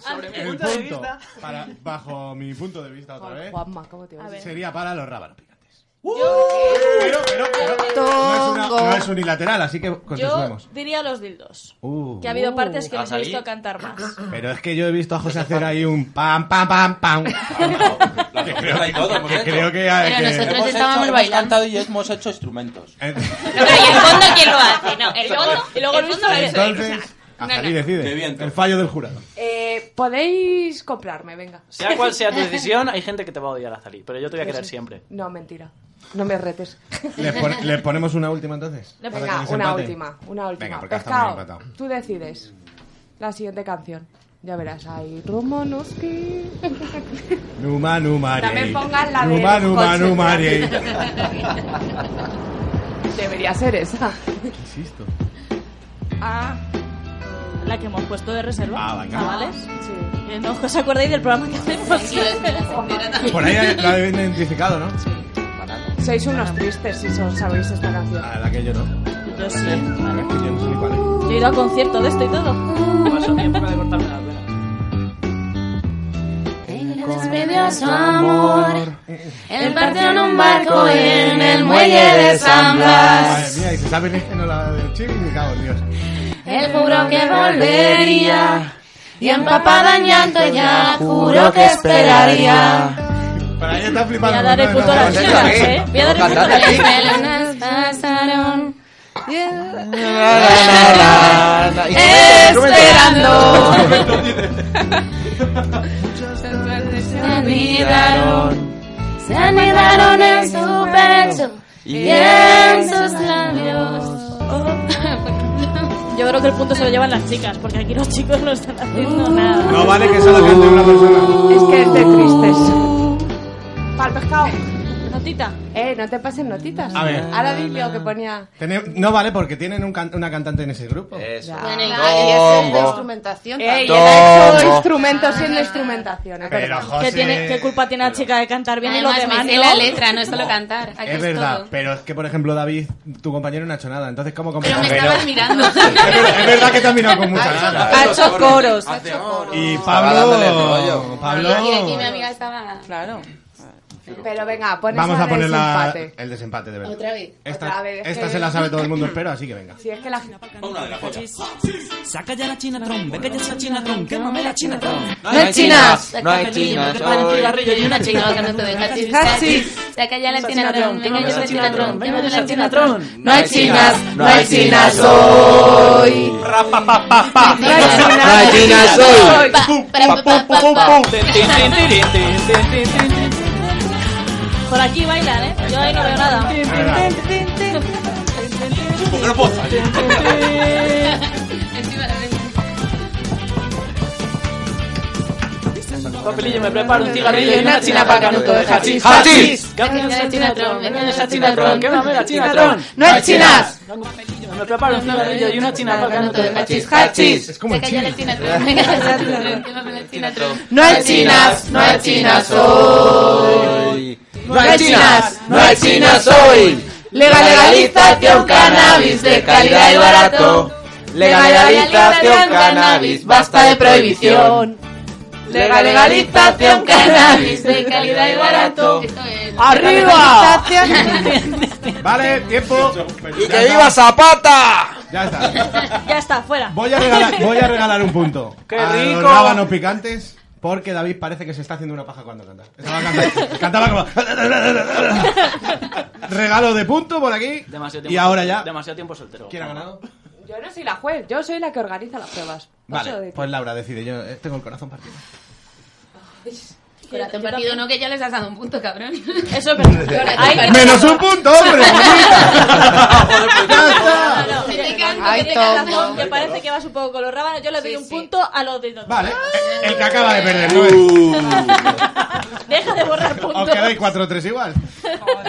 Speaker 2: Sobre mi
Speaker 4: el
Speaker 2: punto de
Speaker 4: punto
Speaker 2: vista.
Speaker 4: para-
Speaker 10: Eh,
Speaker 4: bajo mi punto de vista otra
Speaker 5: Joder,
Speaker 4: vez.
Speaker 5: Juanma, ¿cómo te vas? A ver.
Speaker 4: Sería para los rábanos picantes. Pero, pero, pero. No es, una- no es unilateral, así que
Speaker 6: Yo
Speaker 4: consensuamos.
Speaker 6: diría los dildos.
Speaker 4: Uh.
Speaker 6: Que ha habido partes que
Speaker 4: ¿Ah,
Speaker 6: les he
Speaker 4: sí?
Speaker 6: visto cantar más.
Speaker 4: Pero es que yo he visto a José hacer ahí un pam, pam, pam, pam. que creo que, creo que,
Speaker 2: Pero
Speaker 4: que- Eh,
Speaker 2: nosotros
Speaker 10: Hemos, hecho,
Speaker 2: estábamos
Speaker 10: hemos
Speaker 2: bailando.
Speaker 10: cantado y hemos hecho instrumentos.
Speaker 2: ¿Y el fondo quién lo
Speaker 4: Ah,
Speaker 2: hace? No, el fondo.
Speaker 6: Y luego
Speaker 2: el
Speaker 6: Luis
Speaker 2: fondo lo hace.
Speaker 4: Entonces, Azarí decide. El fallo del jurado.
Speaker 5: Eh, podéis comprarme, venga.
Speaker 14: Sea cual sea tu decisión, hay gente que te va a odiar a salir, pero yo te voy a
Speaker 5: Yo
Speaker 14: querer
Speaker 5: sí.
Speaker 14: siempre.
Speaker 5: No, mentira. No me retes.
Speaker 4: ¿Le, pon- le ponemos una última entonces?
Speaker 5: Venga,
Speaker 4: Para que nos
Speaker 5: una
Speaker 4: empate.
Speaker 5: última, una última.
Speaker 4: Venga, porque
Speaker 5: Pescao,
Speaker 4: estamos empatados.
Speaker 5: tú decides la siguiente canción. Ya verás, ahí Romanovsky.
Speaker 4: Numa, numa,
Speaker 5: También
Speaker 4: rey.
Speaker 5: pongan la de
Speaker 4: Numa,
Speaker 5: los
Speaker 4: numa,
Speaker 5: coches.
Speaker 4: numa, rey.
Speaker 5: Debería ser esa.
Speaker 4: ¿Qué es esto?
Speaker 6: Ah. La que hemos puesto de reserva.
Speaker 4: Ah, venga.
Speaker 6: Chavales. Eh, No os acordáis del programa que hacemos.
Speaker 4: Por ahí la habéis identificado, ¿no?
Speaker 5: Sois unos tristes si so- sabéis esta canción.
Speaker 4: Ah, La verdad que yo no.
Speaker 6: Yo sí.
Speaker 4: Es que yo no sé ni cuál es.
Speaker 6: Yo he ido a concierto de esto y todo.
Speaker 2: Despreció su amor. Él partió en un barco en el muelle de San Blas.
Speaker 4: Madre mía, y se sabe que no la del chip y me cago en Dios.
Speaker 2: Él juró que volvería. Y empapada en llanto ya juró que esperaría.
Speaker 4: Para ella está flipando.
Speaker 2: Voy a dar el
Speaker 4: ¿no?
Speaker 2: puto a las
Speaker 4: Venga,
Speaker 2: chicas,
Speaker 4: venga.
Speaker 2: ¿eh? Voy a dar el puto a ¿eh? las chicas. Las melenas pasaron. Esperando. Se anidaron. Se anidaron en su pecho y en sus labios.
Speaker 6: Yo creo que el punto se lo llevan las chicas, porque aquí los chicos no están
Speaker 2: Uh.
Speaker 6: haciendo nada.
Speaker 4: No vale que solo cante una persona.
Speaker 5: Es que es de tristes. Para pescado. Notita. Eh, no te pasen notitas.
Speaker 4: A ver.
Speaker 5: Ahora dile lo que ponía.
Speaker 4: Tene- No vale porque tienen un can- una cantante en ese grupo.
Speaker 5: Ya.
Speaker 2: Bueno, y esa es la
Speaker 4: Tongo.
Speaker 2: instrumentación.
Speaker 5: Eh, y
Speaker 2: también.
Speaker 5: era hecho
Speaker 4: Tongo.
Speaker 5: instrumentos en la instrumentación. ¿eh?
Speaker 4: Pero,
Speaker 5: Perdón.
Speaker 4: José-
Speaker 6: ¿Qué, tiene, ¿Qué culpa tiene la chica de cantar bien y los
Speaker 2: Además,
Speaker 6: demás?
Speaker 2: me sé
Speaker 6: no?
Speaker 2: la letra, no es solo cantar. Aquí
Speaker 4: Es verdad,
Speaker 2: todo.
Speaker 4: pero es que, por ejemplo, David, tu compañero no ha hecho nada. Entonces, ¿cómo
Speaker 2: Pero me
Speaker 4: compensas?
Speaker 2: estabas mirando.
Speaker 4: Es verdad- es verdad que te ha mirado con mucha gana.
Speaker 2: Ha hecho coros. Ha hecho
Speaker 4: Y
Speaker 3: dándole
Speaker 4: Pablo,
Speaker 3: rollo.
Speaker 4: Pablo,
Speaker 2: Y aquí mi amiga estaba. Claro.
Speaker 5: Pero venga, pon
Speaker 4: vamos
Speaker 5: esa
Speaker 4: a poner
Speaker 5: del
Speaker 4: la-
Speaker 5: desempate.
Speaker 4: el desempate de verdad.
Speaker 5: Otra vez.
Speaker 4: Esta,
Speaker 5: Otra vez, es
Speaker 4: esta
Speaker 5: que-
Speaker 4: se la sabe todo el mundo, espero, así que venga.
Speaker 5: Si es que la
Speaker 16: Una de las joyas.
Speaker 17: Saca ya la China Tron, ve que ya es la China Tron, quémame la China Tron.
Speaker 2: No hay chinas.
Speaker 17: no hay chinas. hoy.
Speaker 2: Yo y una chica que no te deja
Speaker 17: Hachis.
Speaker 2: chistes. Saca ya la chinatron. Venga, yo la chinatron. Venga, yo la chinatron. No hay chinas. Oh,
Speaker 16: No hay chinas hoy. No hay chinas.
Speaker 2: No hay chinas hoy.
Speaker 6: Por aquí bailan, ¿eh? Yo ahí no veo nada.
Speaker 2: Encima
Speaker 14: Un papelillo, me preparo un cigarrillo y una
Speaker 2: Una
Speaker 14: china para canuto de hachís.
Speaker 16: ¡Hachís!
Speaker 14: Cámbiame esa
Speaker 2: Venga, la
Speaker 14: china
Speaker 2: chinatron.
Speaker 14: tron,
Speaker 2: Venga,
Speaker 14: cámbiame
Speaker 2: la
Speaker 14: esa china tron,
Speaker 2: chinatron.
Speaker 14: cámbiame la china tron. Tengo un papelillo, Me preparo un cigarrillo y una china para canuto de hachís. ¡Hachís!
Speaker 4: Es como
Speaker 2: Saca ya la chinatron. Venga, la chinatron. Quémame la chinatron.
Speaker 16: No hay chinas, no hay chinas hoy. No hay chinas, no hay chinas hoy. Legal, legalízate un cannabis de calidad y barato. Legal, legalízate un cannabis, basta de prohibición. Legal, legalízate un cannabis de calidad y barato. ¡Arriba!
Speaker 4: Vale, tiempo.
Speaker 16: ¡Y que viva Zapata!
Speaker 4: Ya está.
Speaker 6: Ya está, fuera.
Speaker 4: Voy a regalar, voy a regalar un punto. ¡Qué
Speaker 16: rico!
Speaker 4: los rábanos picantes, porque David parece que se está haciendo una paja cuando canta. Estaba cantando, cantaba como... Regalo de punto por aquí.
Speaker 14: Demasiado tiempo.
Speaker 4: y ahora ya...
Speaker 14: Demasiado tiempo soltero.
Speaker 4: ¿Quién ha ganado?
Speaker 5: Yo no soy la juez, yo soy la que organiza las pruebas. Paso
Speaker 4: Vale,
Speaker 5: de-
Speaker 4: pues Laura decide. Yo eh, tengo el corazón partido.
Speaker 2: Corazón partido, no, que ya les has dado un punto, cabrón.
Speaker 6: Eso es
Speaker 4: ¡Menos un punto, hombre!
Speaker 2: pues,
Speaker 6: Ay, Tom. Que parece que vas un poco con los rábanos. Yo le doy un punto a los de
Speaker 4: Vale. El que acaba de perder, ¿no?
Speaker 6: Deja de borrar
Speaker 4: Os
Speaker 6: puntos.
Speaker 4: quedáis 4-3 igual.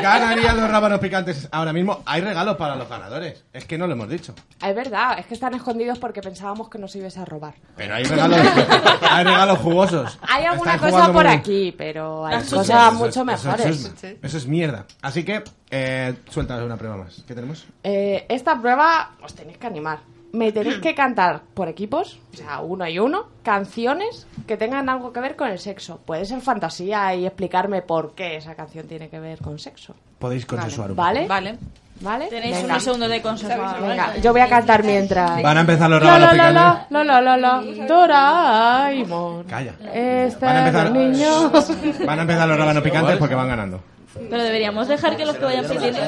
Speaker 4: Ganarían los rábanos picantes ahora mismo. Hay regalos para los ganadores. Es que no lo hemos dicho.
Speaker 5: Es verdad, es que están escondidos porque pensábamos que nos ibas a robar.
Speaker 4: Pero hay regalos, hay regalos jugosos.
Speaker 5: Hay alguna
Speaker 4: Están
Speaker 5: cosa
Speaker 4: jugando
Speaker 5: por
Speaker 4: muy bien.
Speaker 5: aquí, pero hay
Speaker 4: Eso es-
Speaker 5: cosas
Speaker 4: eso es-
Speaker 5: mucho
Speaker 4: eso es
Speaker 5: mejores.
Speaker 4: chusma. Eso es mierda. Así que, eh, suelta una prueba más. ¿Qué tenemos?
Speaker 5: Eh, esta prueba os tenéis que animar. Me tenéis que cantar por equipos, o sea, uno y uno, canciones que tengan algo que ver con el sexo. Puede ser fantasía y explicarme por qué esa canción tiene que ver con sexo.
Speaker 4: Podéis consensuar un
Speaker 5: ¿Vale?
Speaker 6: Vale.
Speaker 5: ¿Vale?
Speaker 6: Tenéis
Speaker 5: Venga.
Speaker 6: unos segundos de conservar.
Speaker 5: Venga, yo voy a cantar mientras.
Speaker 4: Van a empezar los
Speaker 5: La,
Speaker 4: rábanos
Speaker 5: la, la,
Speaker 4: picantes.
Speaker 5: la, la, la, la, la, Doraemon.
Speaker 4: Calla.
Speaker 5: Este
Speaker 4: Van a empezar-
Speaker 5: niño.
Speaker 4: Van a empezar los rábanos picantes porque van ganando.
Speaker 6: Pero deberíamos dejar que los que vayan pidiendo.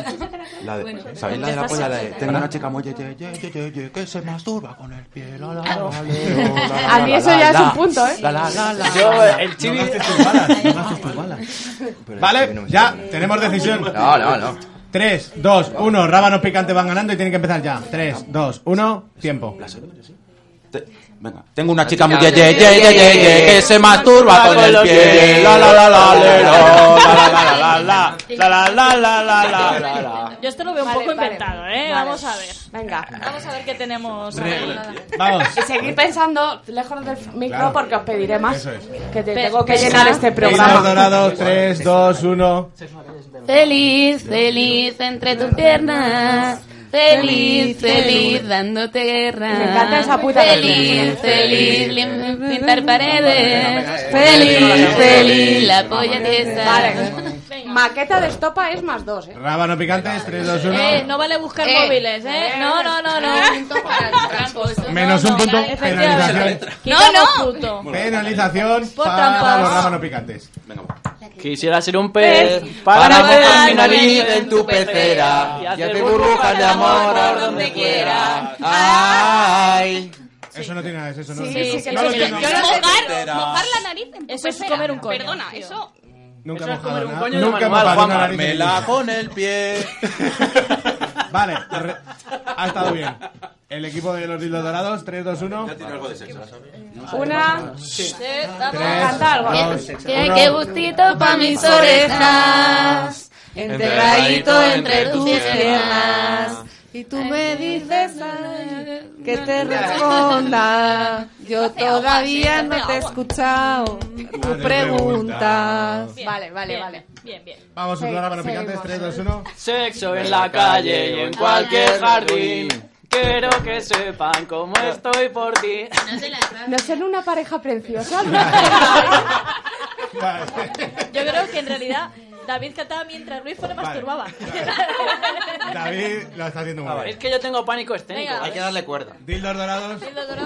Speaker 8: La de-
Speaker 6: Bueno.
Speaker 8: ¿Sabéis la de la polla? La de, tengo
Speaker 4: Hola.
Speaker 8: una chica muy ye, ye, ye, ye, ye, ye, que se masturba con el pie. La, la, la, la,
Speaker 5: A mí eso ya es un punto, ¿eh?
Speaker 8: La, la, la, la,
Speaker 14: Yo,
Speaker 8: la, la.
Speaker 14: el chibi.
Speaker 4: Vale, ya, tenemos decisión.
Speaker 3: No, no, no.
Speaker 4: 3, 2, 1, rábanos picantes van ganando y tienen que empezar ya. 3, 2, 1, tiempo.
Speaker 5: Este
Speaker 8: Te- Venga, tengo una chica muy
Speaker 10: chica
Speaker 8: ye, ye, ye, ye, ye, ye, que se masturba con el pie. La, la, la, la, le, lo, la, la, la, la, la, la, la, la, la, la, la, la, la.
Speaker 6: Yo esto lo veo un
Speaker 5: Vale,
Speaker 6: poco
Speaker 5: vale.
Speaker 6: inventado, ¿eh?
Speaker 5: Vale.
Speaker 6: Vamos a ver.
Speaker 5: Venga.
Speaker 6: Vamos a ver qué tenemos.
Speaker 4: Vamos.
Speaker 5: Y seguir pensando lejos del micro
Speaker 4: Claro.
Speaker 5: porque os pediré más.
Speaker 4: Eso es.
Speaker 5: Que te
Speaker 6: Pe-
Speaker 5: tengo que
Speaker 6: pe-
Speaker 5: llenar este
Speaker 4: Pinos
Speaker 5: programa.
Speaker 4: dorados, 3, 2, 1.
Speaker 2: Feliz, feliz entre tus piernas. Feliz, feliz dándote guerra.
Speaker 5: Me encanta esa puta
Speaker 2: Feliz,
Speaker 5: canción.
Speaker 2: feliz lim- pintar paredes.
Speaker 5: Feliz,
Speaker 2: Feliz la polla tiesa.
Speaker 5: Vale. Maqueta de estopa es más dos, ¿eh?
Speaker 4: Rábano picantes, 3, 2, 1.
Speaker 6: Eh, no vale buscar
Speaker 2: Eh.
Speaker 6: móviles, ¿eh? No, no, no, no.
Speaker 4: Menos un punto. Penalización.
Speaker 6: Quitamos
Speaker 2: No, no.
Speaker 6: fruto.
Speaker 4: Penalización
Speaker 6: Por
Speaker 4: para
Speaker 6: trampas.
Speaker 4: los rábanos picantes.
Speaker 14: Quisiera ser un pez
Speaker 8: Para
Speaker 14: para
Speaker 8: mojar
Speaker 14: mojar
Speaker 8: mi
Speaker 14: mi
Speaker 8: nariz
Speaker 14: nariz
Speaker 8: en tu pecera
Speaker 14: y
Speaker 8: y
Speaker 14: hacer
Speaker 8: hacer burbujas de amor por donde quiera. Ay.
Speaker 4: Eso no tiene nada, eso no.
Speaker 5: Sí,
Speaker 4: eso-
Speaker 5: sí, que
Speaker 4: no
Speaker 5: lo
Speaker 4: lo
Speaker 5: sé.
Speaker 4: tiene.
Speaker 5: Yo lo sé.
Speaker 8: Pecera.
Speaker 9: la nariz en tu
Speaker 6: Eso es
Speaker 9: pecera.
Speaker 6: comer un coño,
Speaker 9: Perdona,
Speaker 6: tío.
Speaker 9: eso.
Speaker 4: Nunca
Speaker 14: Eso es
Speaker 4: hemos
Speaker 14: comer un
Speaker 4: nada.
Speaker 14: coño de
Speaker 4: Nunca hemos
Speaker 14: manual,
Speaker 4: bajado
Speaker 14: Juanma.
Speaker 4: una nariz en
Speaker 8: Mela
Speaker 4: ningún sitio.
Speaker 8: con el pie.
Speaker 4: Vale, re- ha estado bien. El equipo de los dildos dorados, 3, 2, 1.
Speaker 5: Una.
Speaker 6: Eh, vamos.
Speaker 4: Tres,
Speaker 5: Canta algo.
Speaker 4: dos,
Speaker 2: Que
Speaker 4: uno.
Speaker 2: que gustito pa' mis orejas. enterradito entre tus piernas.
Speaker 1: Y tú me dices
Speaker 6: Eh.
Speaker 1: que te responda. Yo todavía no te he escuchado.
Speaker 5: Ah,
Speaker 1: Tú
Speaker 5: te
Speaker 1: preguntas.
Speaker 5: preguntas. Vale, vale, vale. Bien, bien.
Speaker 4: Vamos, un
Speaker 1: Sí,
Speaker 4: programa de picantes,
Speaker 1: seguimos.
Speaker 4: 3, 2, 1.
Speaker 7: Sexo en la calle y en cualquier jardín. Quiero que sepan cómo estoy por ti.
Speaker 5: ¿No son una pareja preciosa?
Speaker 6: Yo creo que en realidad David cantaba mientras Luis fuera masturbaba.
Speaker 4: David lo está haciendo muy
Speaker 7: Es
Speaker 4: bien.
Speaker 7: que yo tengo pánico este. escénico.
Speaker 4: Venga. Hay que
Speaker 7: darle cuerda.
Speaker 4: Dildos dorados.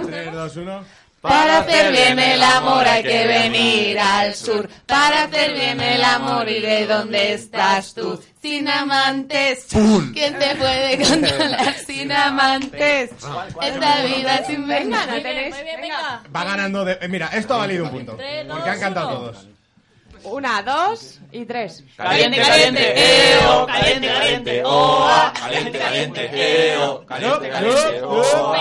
Speaker 4: 3, 2, 1.
Speaker 1: Para hacer bien el amor hay que venir al sur. Para hacer bien el amor iré donde estás tú. Sin amantes, ¿quién te puede controlar? Sin amantes, esta vida
Speaker 5: Venga,
Speaker 1: es
Speaker 5: no
Speaker 1: invernal.
Speaker 5: tenéis- venga.
Speaker 4: Va ganando. De... eh, Mira, esto ha valido un punto.
Speaker 5: Tres,
Speaker 4: Porque han
Speaker 5: dos,
Speaker 4: cantado
Speaker 5: uno.
Speaker 4: todos.
Speaker 5: Una, dos y tres. Eh,
Speaker 8: Caliente,
Speaker 7: caliente,
Speaker 8: eo,
Speaker 7: caliente,
Speaker 8: caliente, oh,
Speaker 1: ah.
Speaker 8: caliente, caliente, eo, caliente, caliente, oh.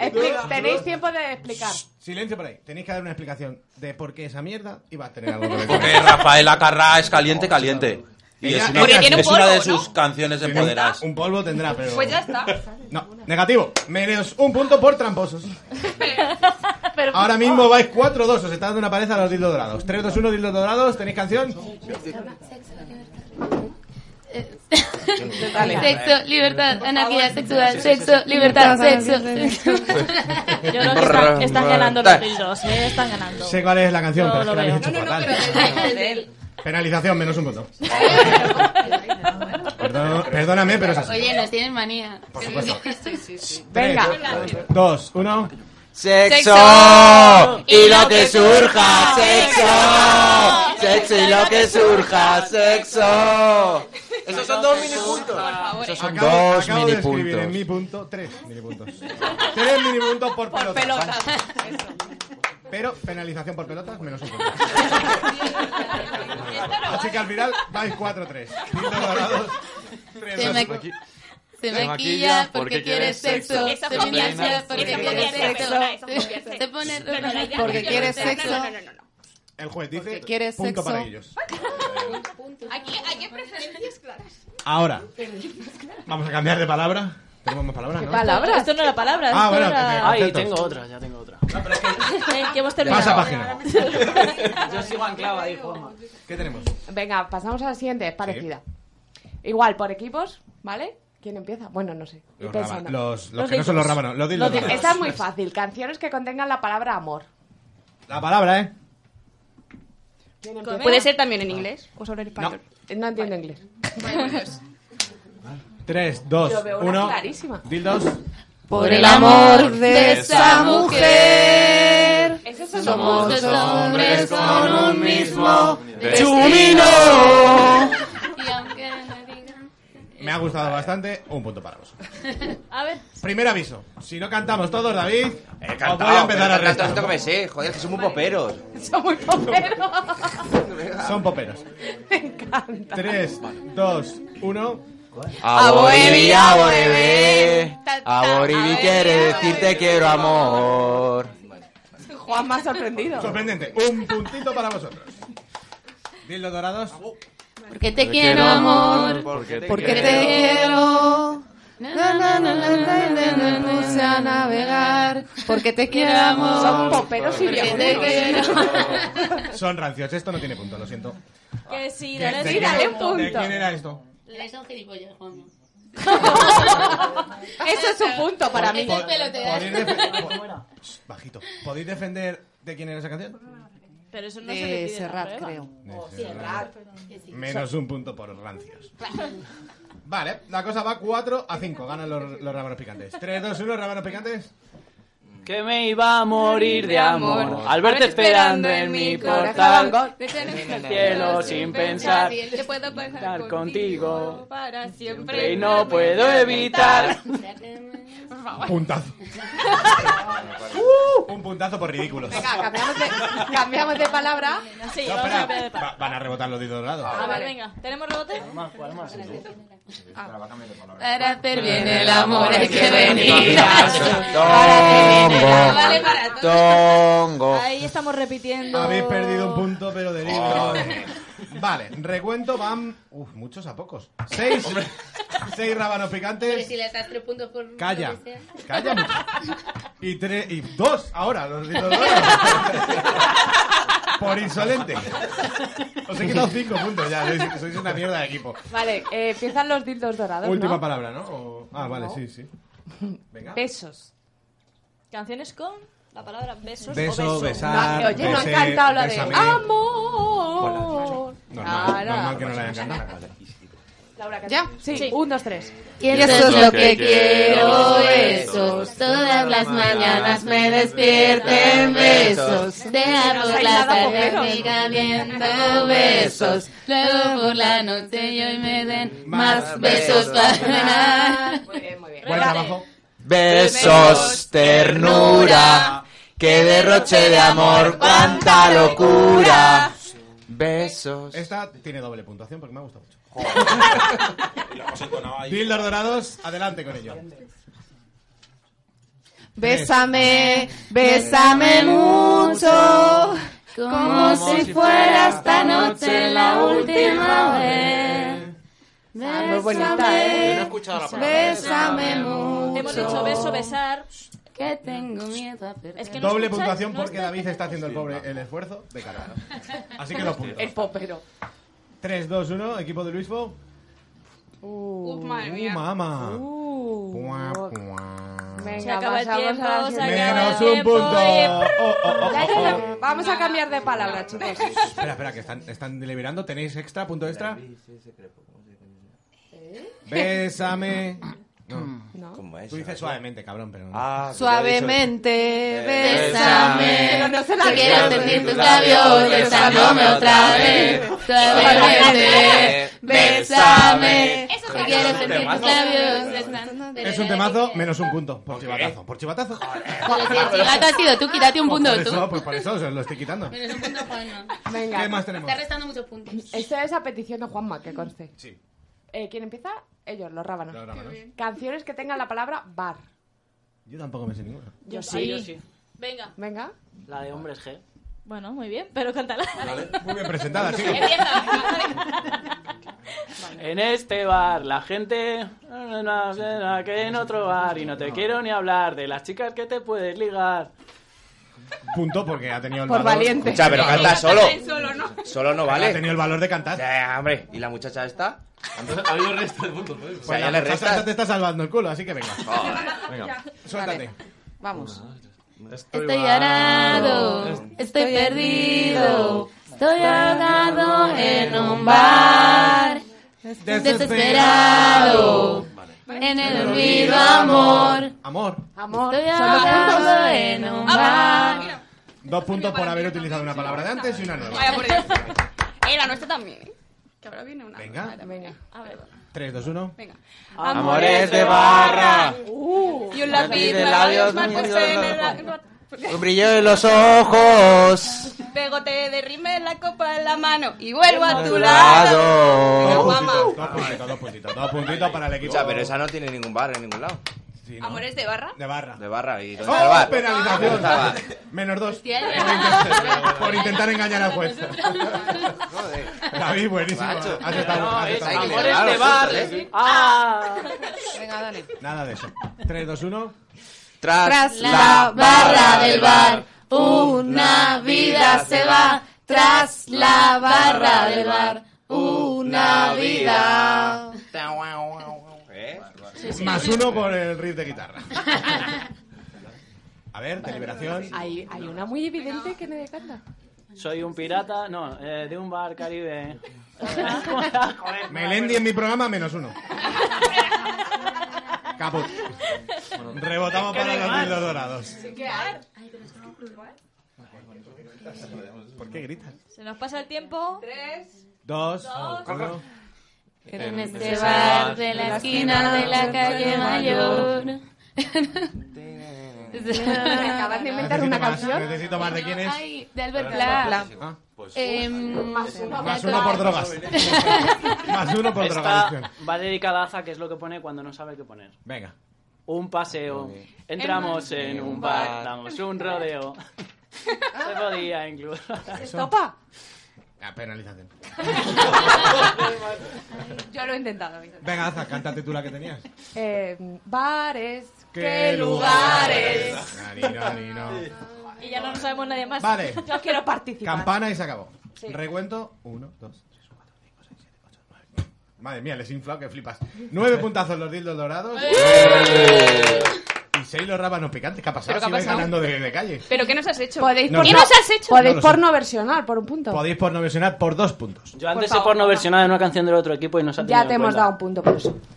Speaker 5: Expli- Tenéis tiempo de explicar.
Speaker 4: Silencio por ahí. Tenéis que dar una explicación de por qué esa mierda y va a tener algo que ver.
Speaker 10: Porque Rafaela Carrá es caliente, caliente. Y
Speaker 4: Ella-
Speaker 10: es una,
Speaker 4: Porque tiene un
Speaker 10: es una
Speaker 4: polvo,
Speaker 10: de
Speaker 4: ¿no?
Speaker 10: sus canciones
Speaker 4: Tiene
Speaker 10: empoderadas.
Speaker 4: Un polvo tendrá, pero.
Speaker 9: Pues ya está.
Speaker 4: No, negativo. Menos un punto por tramposos. Ahora mismo vais 4-2, os está dando una pareja a los dildos dorados. 3-2-1, dildos dorados, ¿tenéis canción?
Speaker 1: Dale.
Speaker 2: Sexo, libertad, anarquía sexual,
Speaker 1: sí, sí,
Speaker 2: sexo,
Speaker 1: sí.
Speaker 2: libertad,
Speaker 1: Vamos,
Speaker 2: sexo.
Speaker 1: sí,
Speaker 2: Yo
Speaker 6: creo que está- estás ganando los dildos, eh, estás ganando.
Speaker 4: Sé cuál es la canción,
Speaker 6: No
Speaker 4: pero es
Speaker 6: lo
Speaker 4: que la habéis
Speaker 6: veo.
Speaker 4: hecho
Speaker 6: No, no, no,
Speaker 4: fatal. Penalización, menos un punto. Perdón- perdóname, pero es así.
Speaker 2: Oye, nos tienen manía.
Speaker 4: supuesto.
Speaker 2: Sí, sí, sí.
Speaker 4: 2, 1.
Speaker 8: Sexo y lo que surja, sexo, sexo y lo que surja, sexo.
Speaker 10: Esos son dos mini puntos.
Speaker 8: Esos son
Speaker 4: Acabo,
Speaker 8: dos
Speaker 4: acabo de
Speaker 8: mini
Speaker 4: escribir en
Speaker 8: puntos.
Speaker 4: mi punto 3 milipuntos. 3 milipuntos por,
Speaker 8: Por
Speaker 4: pelota.
Speaker 8: pelota.
Speaker 4: Pero penalización por pelotas menos un punto. Así que al final vais 4-3. Dildos dorados.
Speaker 2: Se
Speaker 4: dos,
Speaker 2: maqui-
Speaker 4: aquí.
Speaker 2: Se
Speaker 4: Se
Speaker 2: maquilla
Speaker 4: maquilla
Speaker 2: porque
Speaker 4: porque
Speaker 2: quiere
Speaker 4: quiere
Speaker 2: sexo.
Speaker 4: sexo.
Speaker 2: Se
Speaker 4: Esa fobia es-
Speaker 2: maquilla
Speaker 4: esa
Speaker 2: porque
Speaker 4: fobia
Speaker 2: quiere
Speaker 4: es
Speaker 2: sexo.
Speaker 4: perdona, esa
Speaker 2: Se-
Speaker 4: fobia es
Speaker 2: Se pone
Speaker 1: Pero la idea- Porque quiere sexo.
Speaker 9: No, no, no, no.
Speaker 4: El juez dice
Speaker 1: Porque quiere
Speaker 4: punto
Speaker 1: sexo.
Speaker 4: para ellos.
Speaker 9: Aquí aquí hay preferencias claras.
Speaker 4: Ahora, vamos a cambiar de palabra. Tenemos más palabras, ¿no?
Speaker 6: Esto no era palabra.
Speaker 4: Ah,
Speaker 6: esto
Speaker 4: bueno,
Speaker 6: era...
Speaker 4: que-
Speaker 7: Ay,
Speaker 4: conceptos.
Speaker 7: tengo otra, ya tengo otra.
Speaker 6: Eh, que hemos terminado.
Speaker 4: Pasa página.
Speaker 7: Yo sigo anclado ahí, Juanma.
Speaker 4: ¿Qué tenemos?
Speaker 5: Venga, pasamos a la siguiente, es parecida. Igual, por equipos, ¿vale? ¿Quién empieza? Bueno, no sé.
Speaker 4: Los
Speaker 5: Pensa una.
Speaker 4: rábanos. Los- los que no
Speaker 5: dildos.
Speaker 4: son los rábanos, los dildos
Speaker 5: dildos.
Speaker 4: rábanos.
Speaker 5: Esta es muy fácil. Canciones que contengan la palabra amor.
Speaker 4: La palabra, ¿eh?
Speaker 5: ¿Quién
Speaker 9: Comer.
Speaker 5: empieza?
Speaker 9: ¿Puede ser también en inglés o solo en
Speaker 5: español? No, entiendo inglés.
Speaker 4: 3,
Speaker 5: Yo
Speaker 4: 2,
Speaker 5: veo una
Speaker 4: 1.
Speaker 5: clarísima.
Speaker 4: Dildos.
Speaker 1: Por el amor de esa mujer, somos dos hombres con un mismo
Speaker 8: destino.
Speaker 1: destino.
Speaker 4: Me ha gustado bastante. Un punto para vosotros.
Speaker 6: A ver,
Speaker 4: Primer aviso. Si no cantamos todos, David,
Speaker 3: Cantao,
Speaker 4: os voy a empezar
Speaker 3: pero
Speaker 4: a
Speaker 3: cantao,
Speaker 4: restar.
Speaker 3: esto que me sé, joder, que somos poperos.
Speaker 5: Son muy poperos.
Speaker 4: Son poperos.
Speaker 5: Me encanta.
Speaker 4: 3, 2, 1.
Speaker 8: Aboribi, aboribi. Aboribi quiere decir te quiero amor.
Speaker 5: Juan más sorprendido.
Speaker 4: Sorprendente. Un puntito para vosotros. Dildos dorados.
Speaker 2: Porque te quiero, amor.
Speaker 4: Porque te
Speaker 2: Porque
Speaker 4: quiero.
Speaker 2: te
Speaker 1: quiero. Na, na, na, na, na, na, na, na, puse a navegar. Porque te quiero, amor.
Speaker 5: Son poperos y
Speaker 1: Porque
Speaker 5: viejunos.
Speaker 1: te quiero.
Speaker 4: Son rancios. Esto no tiene punto, lo siento.
Speaker 6: que sí,
Speaker 4: ¿De-
Speaker 6: dale,
Speaker 4: de
Speaker 6: sí,
Speaker 4: quién-
Speaker 6: dale
Speaker 4: de
Speaker 6: un punto.
Speaker 4: quién era esto?
Speaker 2: Es un gilipollas, Juanma.
Speaker 5: Eso es un punto para mí.
Speaker 2: Ese pelo te da.
Speaker 4: Podéis defe- po- Shh, Bajito. ¿Podéis defender de quién era esa canción?
Speaker 6: Pero eso
Speaker 5: Eh,
Speaker 6: no se le
Speaker 1: De
Speaker 6: pide ¿eh? Oh, en la prueba.
Speaker 1: Serrat, creo.
Speaker 4: Menos un punto por rancios. Vale, la cosa va 4 a 5. Ganan los, los rábanos picantes. 3, 2, 1, rábanos picantes.
Speaker 7: Que me iba a morir de amor al verte esperando en mi portal. En el cielo sin pensar
Speaker 15: Te puedo pasar
Speaker 7: estar contigo.
Speaker 15: para siempre
Speaker 7: Y no puedo evitar.
Speaker 4: Puntazo. Un puntazo por ridículos.
Speaker 5: Venga, cambiamos de, cambiamos de palabra.
Speaker 6: Sí,
Speaker 4: No,
Speaker 6: vamos a
Speaker 4: espera,
Speaker 6: cambiar de palabra.
Speaker 4: va- van a rebotar los dedos dorados.
Speaker 6: A ver, Ah, venga, ¿tenemos rebote?
Speaker 2: Para hacer bien el amor hay que venir.
Speaker 8: Tongo. Tongo.
Speaker 6: Ahí estamos repitiendo.
Speaker 4: Habéis perdido un punto, pero de libro. Vale, recuento van. Uf, muchos a pocos. Seis. seis rábanos
Speaker 2: Pero
Speaker 4: picantes
Speaker 2: si le das tres puntos por.
Speaker 4: Calla.
Speaker 2: lo que sea.
Speaker 4: Calla, y tres. Y dos ahora, los los dos. Por insolente. Os he quitado cinco puntos ya. Sois, sois una mierda de equipo.
Speaker 5: Vale, eh, empiezan los dildos dorados.
Speaker 4: Última
Speaker 5: ¿no?
Speaker 4: palabra, ¿no? O- Ah, vale,
Speaker 5: No.
Speaker 4: sí, sí. Venga.
Speaker 5: Besos.
Speaker 6: Canciones con la palabra besos
Speaker 4: Beso,
Speaker 6: o beso.
Speaker 4: besar,
Speaker 5: Oye, no ha
Speaker 4: besé,
Speaker 5: cantado la de
Speaker 4: bésame.
Speaker 5: amor.
Speaker 4: Normal,
Speaker 5: Ahora.
Speaker 4: normal que no la hayan
Speaker 6: Pues
Speaker 4: cantado.
Speaker 5: Laura, ¿Ya? Sí. un, dos, tres.
Speaker 2: Y eso es lo que quiero, besos. Todas las mañanas me despierten besos. Te hago
Speaker 1: Nos
Speaker 2: la
Speaker 1: bailaba
Speaker 2: tarde
Speaker 1: boqueros.
Speaker 2: me cambiando besos. Luego por la noche y hoy me den más besos para
Speaker 4: Buen trabajo.
Speaker 10: Besos, ternura, qué derroche de amor, cuánta locura. Besos.
Speaker 4: Esta tiene doble puntuación porque me ha gustado mucho.
Speaker 8: Lo hemos entonado ahí.
Speaker 4: Dildos dorados, adelante con ello.
Speaker 1: Bésame, bésame mucho, como si fuera esta noche la última vez.
Speaker 2: muy bonita, ¿eh? Yo no he escuchado la
Speaker 1: Bésame,
Speaker 2: palabra
Speaker 1: bésame
Speaker 2: besar.
Speaker 1: mucho.
Speaker 6: Hemos dicho beso, besar.
Speaker 2: Que tengo miedo a perder.
Speaker 6: Es que no
Speaker 4: Doble
Speaker 6: escucháis,
Speaker 4: puntuación
Speaker 6: no
Speaker 4: porque David está haciendo el pobre el esfuerzo de cargar. Así que dos puntos.
Speaker 5: El popero.
Speaker 4: 3, 2, 1, equipo de Luisbo.
Speaker 5: Uh,
Speaker 4: Uh, mamá.
Speaker 6: Uh.
Speaker 4: Buah,
Speaker 5: Venga,
Speaker 6: Se acaba el
Speaker 5: pasamos
Speaker 6: tiempo,
Speaker 5: a la
Speaker 6: se
Speaker 5: siguiente.
Speaker 6: acaba
Speaker 4: Menos un punto. Oh, oh, oh,
Speaker 5: Ya,
Speaker 4: oh,
Speaker 5: ya,
Speaker 4: oh.
Speaker 5: ya. Vamos a cambiar de palabra, chicos.
Speaker 4: Espera, espera, que están, están deliberando. ¿Tenéis extra, punto extra? Bésame. No.
Speaker 3: ¿Cómo es?
Speaker 4: Tú dices suavemente, cabrón, pero no.
Speaker 3: Ah,
Speaker 1: Suavemente,
Speaker 3: bésame.
Speaker 1: bésame.
Speaker 3: Pero no se la
Speaker 1: Yo
Speaker 3: quiero.
Speaker 1: quiero sentir tus labios, besándome otra vez. Suavemente, bésame.
Speaker 2: Te quiero sentir tus labios.
Speaker 4: Es un temazo, menos un punto. Por chivatazo, por chivatazo.
Speaker 2: Pero si el chivato has sido tú, quítate un
Speaker 4: Pues
Speaker 2: punto
Speaker 4: por
Speaker 2: tú.
Speaker 4: eso, pues por eso se lo estoy quitando.
Speaker 2: Menos un punto, Juanma.
Speaker 5: Venga.
Speaker 4: ¿Qué más tenemos?
Speaker 2: Está restando muchos puntos.
Speaker 5: Esta es a petición de Juanma, que conste.
Speaker 4: Sí.
Speaker 5: Eh, ¿Quién empieza? Ellos, los rábanos.
Speaker 4: Los rábanos. Qué
Speaker 5: Canciones que tengan la palabra bar.
Speaker 4: Yo tampoco me sé ninguna.
Speaker 6: Yo
Speaker 7: sí.
Speaker 6: sí.
Speaker 7: Ah, yo sí.
Speaker 2: Venga.
Speaker 5: Venga.
Speaker 7: La de hombres G.
Speaker 6: Bueno, muy bien, pero cántala.
Speaker 4: Muy bien presentada, sí.
Speaker 7: En este bar la gente que en otro bar y no te quiero ni hablar de las chicas que te puedes ligar.
Speaker 4: Punto porque ha tenido el
Speaker 7: Por
Speaker 4: valor.
Speaker 7: valiente.
Speaker 3: Escucha, pero canta solo. Solo no vale.
Speaker 4: Ha tenido el valor de cantar.
Speaker 3: Ya, hombre, ¿y la muchacha esta?
Speaker 11: Ha habido resta de puntos, ¿no?
Speaker 3: O
Speaker 4: Pues
Speaker 3: sea,
Speaker 4: la
Speaker 3: ya le
Speaker 4: muchacha
Speaker 3: restas. Oh,
Speaker 4: te está salvando el culo, así que venga.
Speaker 11: Venga.
Speaker 4: Suéltate.
Speaker 1: Vamos.
Speaker 2: Estoy arado, estoy perdido, estoy ahogado en un bar, desesperado, en el olvido amor.
Speaker 4: Amor.
Speaker 5: Amor.
Speaker 2: Estoy
Speaker 5: Son dos puntos.
Speaker 2: ahogado en
Speaker 18: Ah,
Speaker 2: un
Speaker 9: Ah,
Speaker 2: bar.
Speaker 4: Dos puntos por haber utilizado una palabra de antes y una nueva.
Speaker 9: Vaya por Dios. Eh, la nuestra también. Que ahora viene una.
Speaker 4: Venga.
Speaker 5: Venga.
Speaker 4: 3, 2, 1.
Speaker 9: Venga.
Speaker 10: Amores de barra.
Speaker 9: Y un
Speaker 10: lápiz
Speaker 9: lápiz
Speaker 10: de
Speaker 9: me labios
Speaker 10: labios,
Speaker 9: mal
Speaker 10: niños,
Speaker 9: puesto Pues en
Speaker 10: no,
Speaker 9: el
Speaker 10: no,
Speaker 9: la-
Speaker 10: Un brillo de los ojos.
Speaker 9: Pegote de rima en la copa en la mano y vuelvo a tu lado.
Speaker 10: Lado.
Speaker 4: Dos puntitos, dos puntitos, dos puntitos, dos puntitos para el equipo.
Speaker 3: Escucha, pero esa no tiene ningún bar en ningún lado.
Speaker 4: Sí, ¿no?
Speaker 9: Amores de barra.
Speaker 4: De barra.
Speaker 3: De barra y ¿dónde está el
Speaker 4: ¡Oh,
Speaker 3: bar? ¿Dónde
Speaker 4: penalización!
Speaker 3: está el bar?
Speaker 4: Menos dos.
Speaker 2: Hostia,
Speaker 4: Por intentar engañar al juez. David, buenísimo.
Speaker 3: Macho.
Speaker 4: Has estado-
Speaker 3: No,
Speaker 4: has
Speaker 3: es este amores
Speaker 1: este
Speaker 4: estado muy bien.
Speaker 3: de
Speaker 4: Claro,
Speaker 3: bar.
Speaker 4: sí, sí.
Speaker 7: Ah.
Speaker 1: Venga, dale.
Speaker 4: Nada de eso. 3, 2, 1.
Speaker 1: Tras la barra del bar, una vida se va. Tras la barra del bar, una vida.
Speaker 3: ¿Eh?
Speaker 4: Más uno por el riff de guitarra. A ver, deliberación.
Speaker 5: Hay, hay una muy evidente que nadie canta.
Speaker 7: Soy un pirata, no, eh, de un bar caribe.
Speaker 4: Melendi en mi programa, menos uno. Caput. Rebotamos
Speaker 7: Es que no
Speaker 4: para
Speaker 7: hay
Speaker 4: los
Speaker 7: más.
Speaker 4: dildos dorados.
Speaker 9: ¿Qué
Speaker 4: ¿Por qué gritas?
Speaker 6: ¿eh? Se nos pasa el tiempo.
Speaker 9: Tres.
Speaker 4: Dos,
Speaker 6: Dos.
Speaker 4: uno.
Speaker 2: En este bar de la esquina de la calle mayor.
Speaker 5: Acaban de inventar una
Speaker 4: más,
Speaker 5: canción.
Speaker 4: necesito más. ¿De quién es?
Speaker 2: Ay, de Albert Pla.
Speaker 4: Ah,
Speaker 2: Em,
Speaker 4: más uno por drogas. más uno por drogadicción.
Speaker 7: Esta va dedicada a Aza, que es lo que pone cuando no sabe qué poner.
Speaker 4: Venga.
Speaker 7: Un paseo. Entramos en un bar, damos un rodeo. Se podía incluso.
Speaker 5: Estopa.
Speaker 4: Ah, penalización.
Speaker 18: Yo lo he intentado. mira.
Speaker 4: Venga, Aza, cántate tú la que tenías.
Speaker 18: Eh, bares,
Speaker 4: ¡Qué
Speaker 18: qué
Speaker 4: lugares!
Speaker 18: lugares.
Speaker 4: Ni no, ni no.
Speaker 6: Y ya no nos sabemos nadie más.
Speaker 4: Vale.
Speaker 6: Yo quiero participar.
Speaker 4: Campana y se acabó.
Speaker 6: Sí.
Speaker 4: Recuento. Uno, dos, tres, cuatro, cinco, seis, siete, ocho, nueve. Madre mía, les he inflado que flipas. Nueve puntazos los dildos dorados. ¡Eh! Y seis los rábanos picantes. ¿Qué ha
Speaker 18: ¿Pero
Speaker 4: pasado?
Speaker 18: qué
Speaker 4: Si
Speaker 18: ha
Speaker 4: vais
Speaker 18: pasado?
Speaker 4: ganando de, de calle.
Speaker 18: ¿Pero qué nos has hecho?
Speaker 5: Podéis
Speaker 4: No,
Speaker 5: por
Speaker 4: no.
Speaker 5: no-
Speaker 18: ¿Qué nos has hecho?
Speaker 5: Podéis
Speaker 4: No lo sé.
Speaker 5: por no versionar, por un punto.
Speaker 4: Podéis por no versionar por dos puntos.
Speaker 7: Yo antes he porno versionado en una canción del otro equipo y nos ha
Speaker 5: Ya
Speaker 7: tenido
Speaker 5: te
Speaker 7: en
Speaker 5: hemos
Speaker 7: cuenta.
Speaker 5: dado un punto por eso.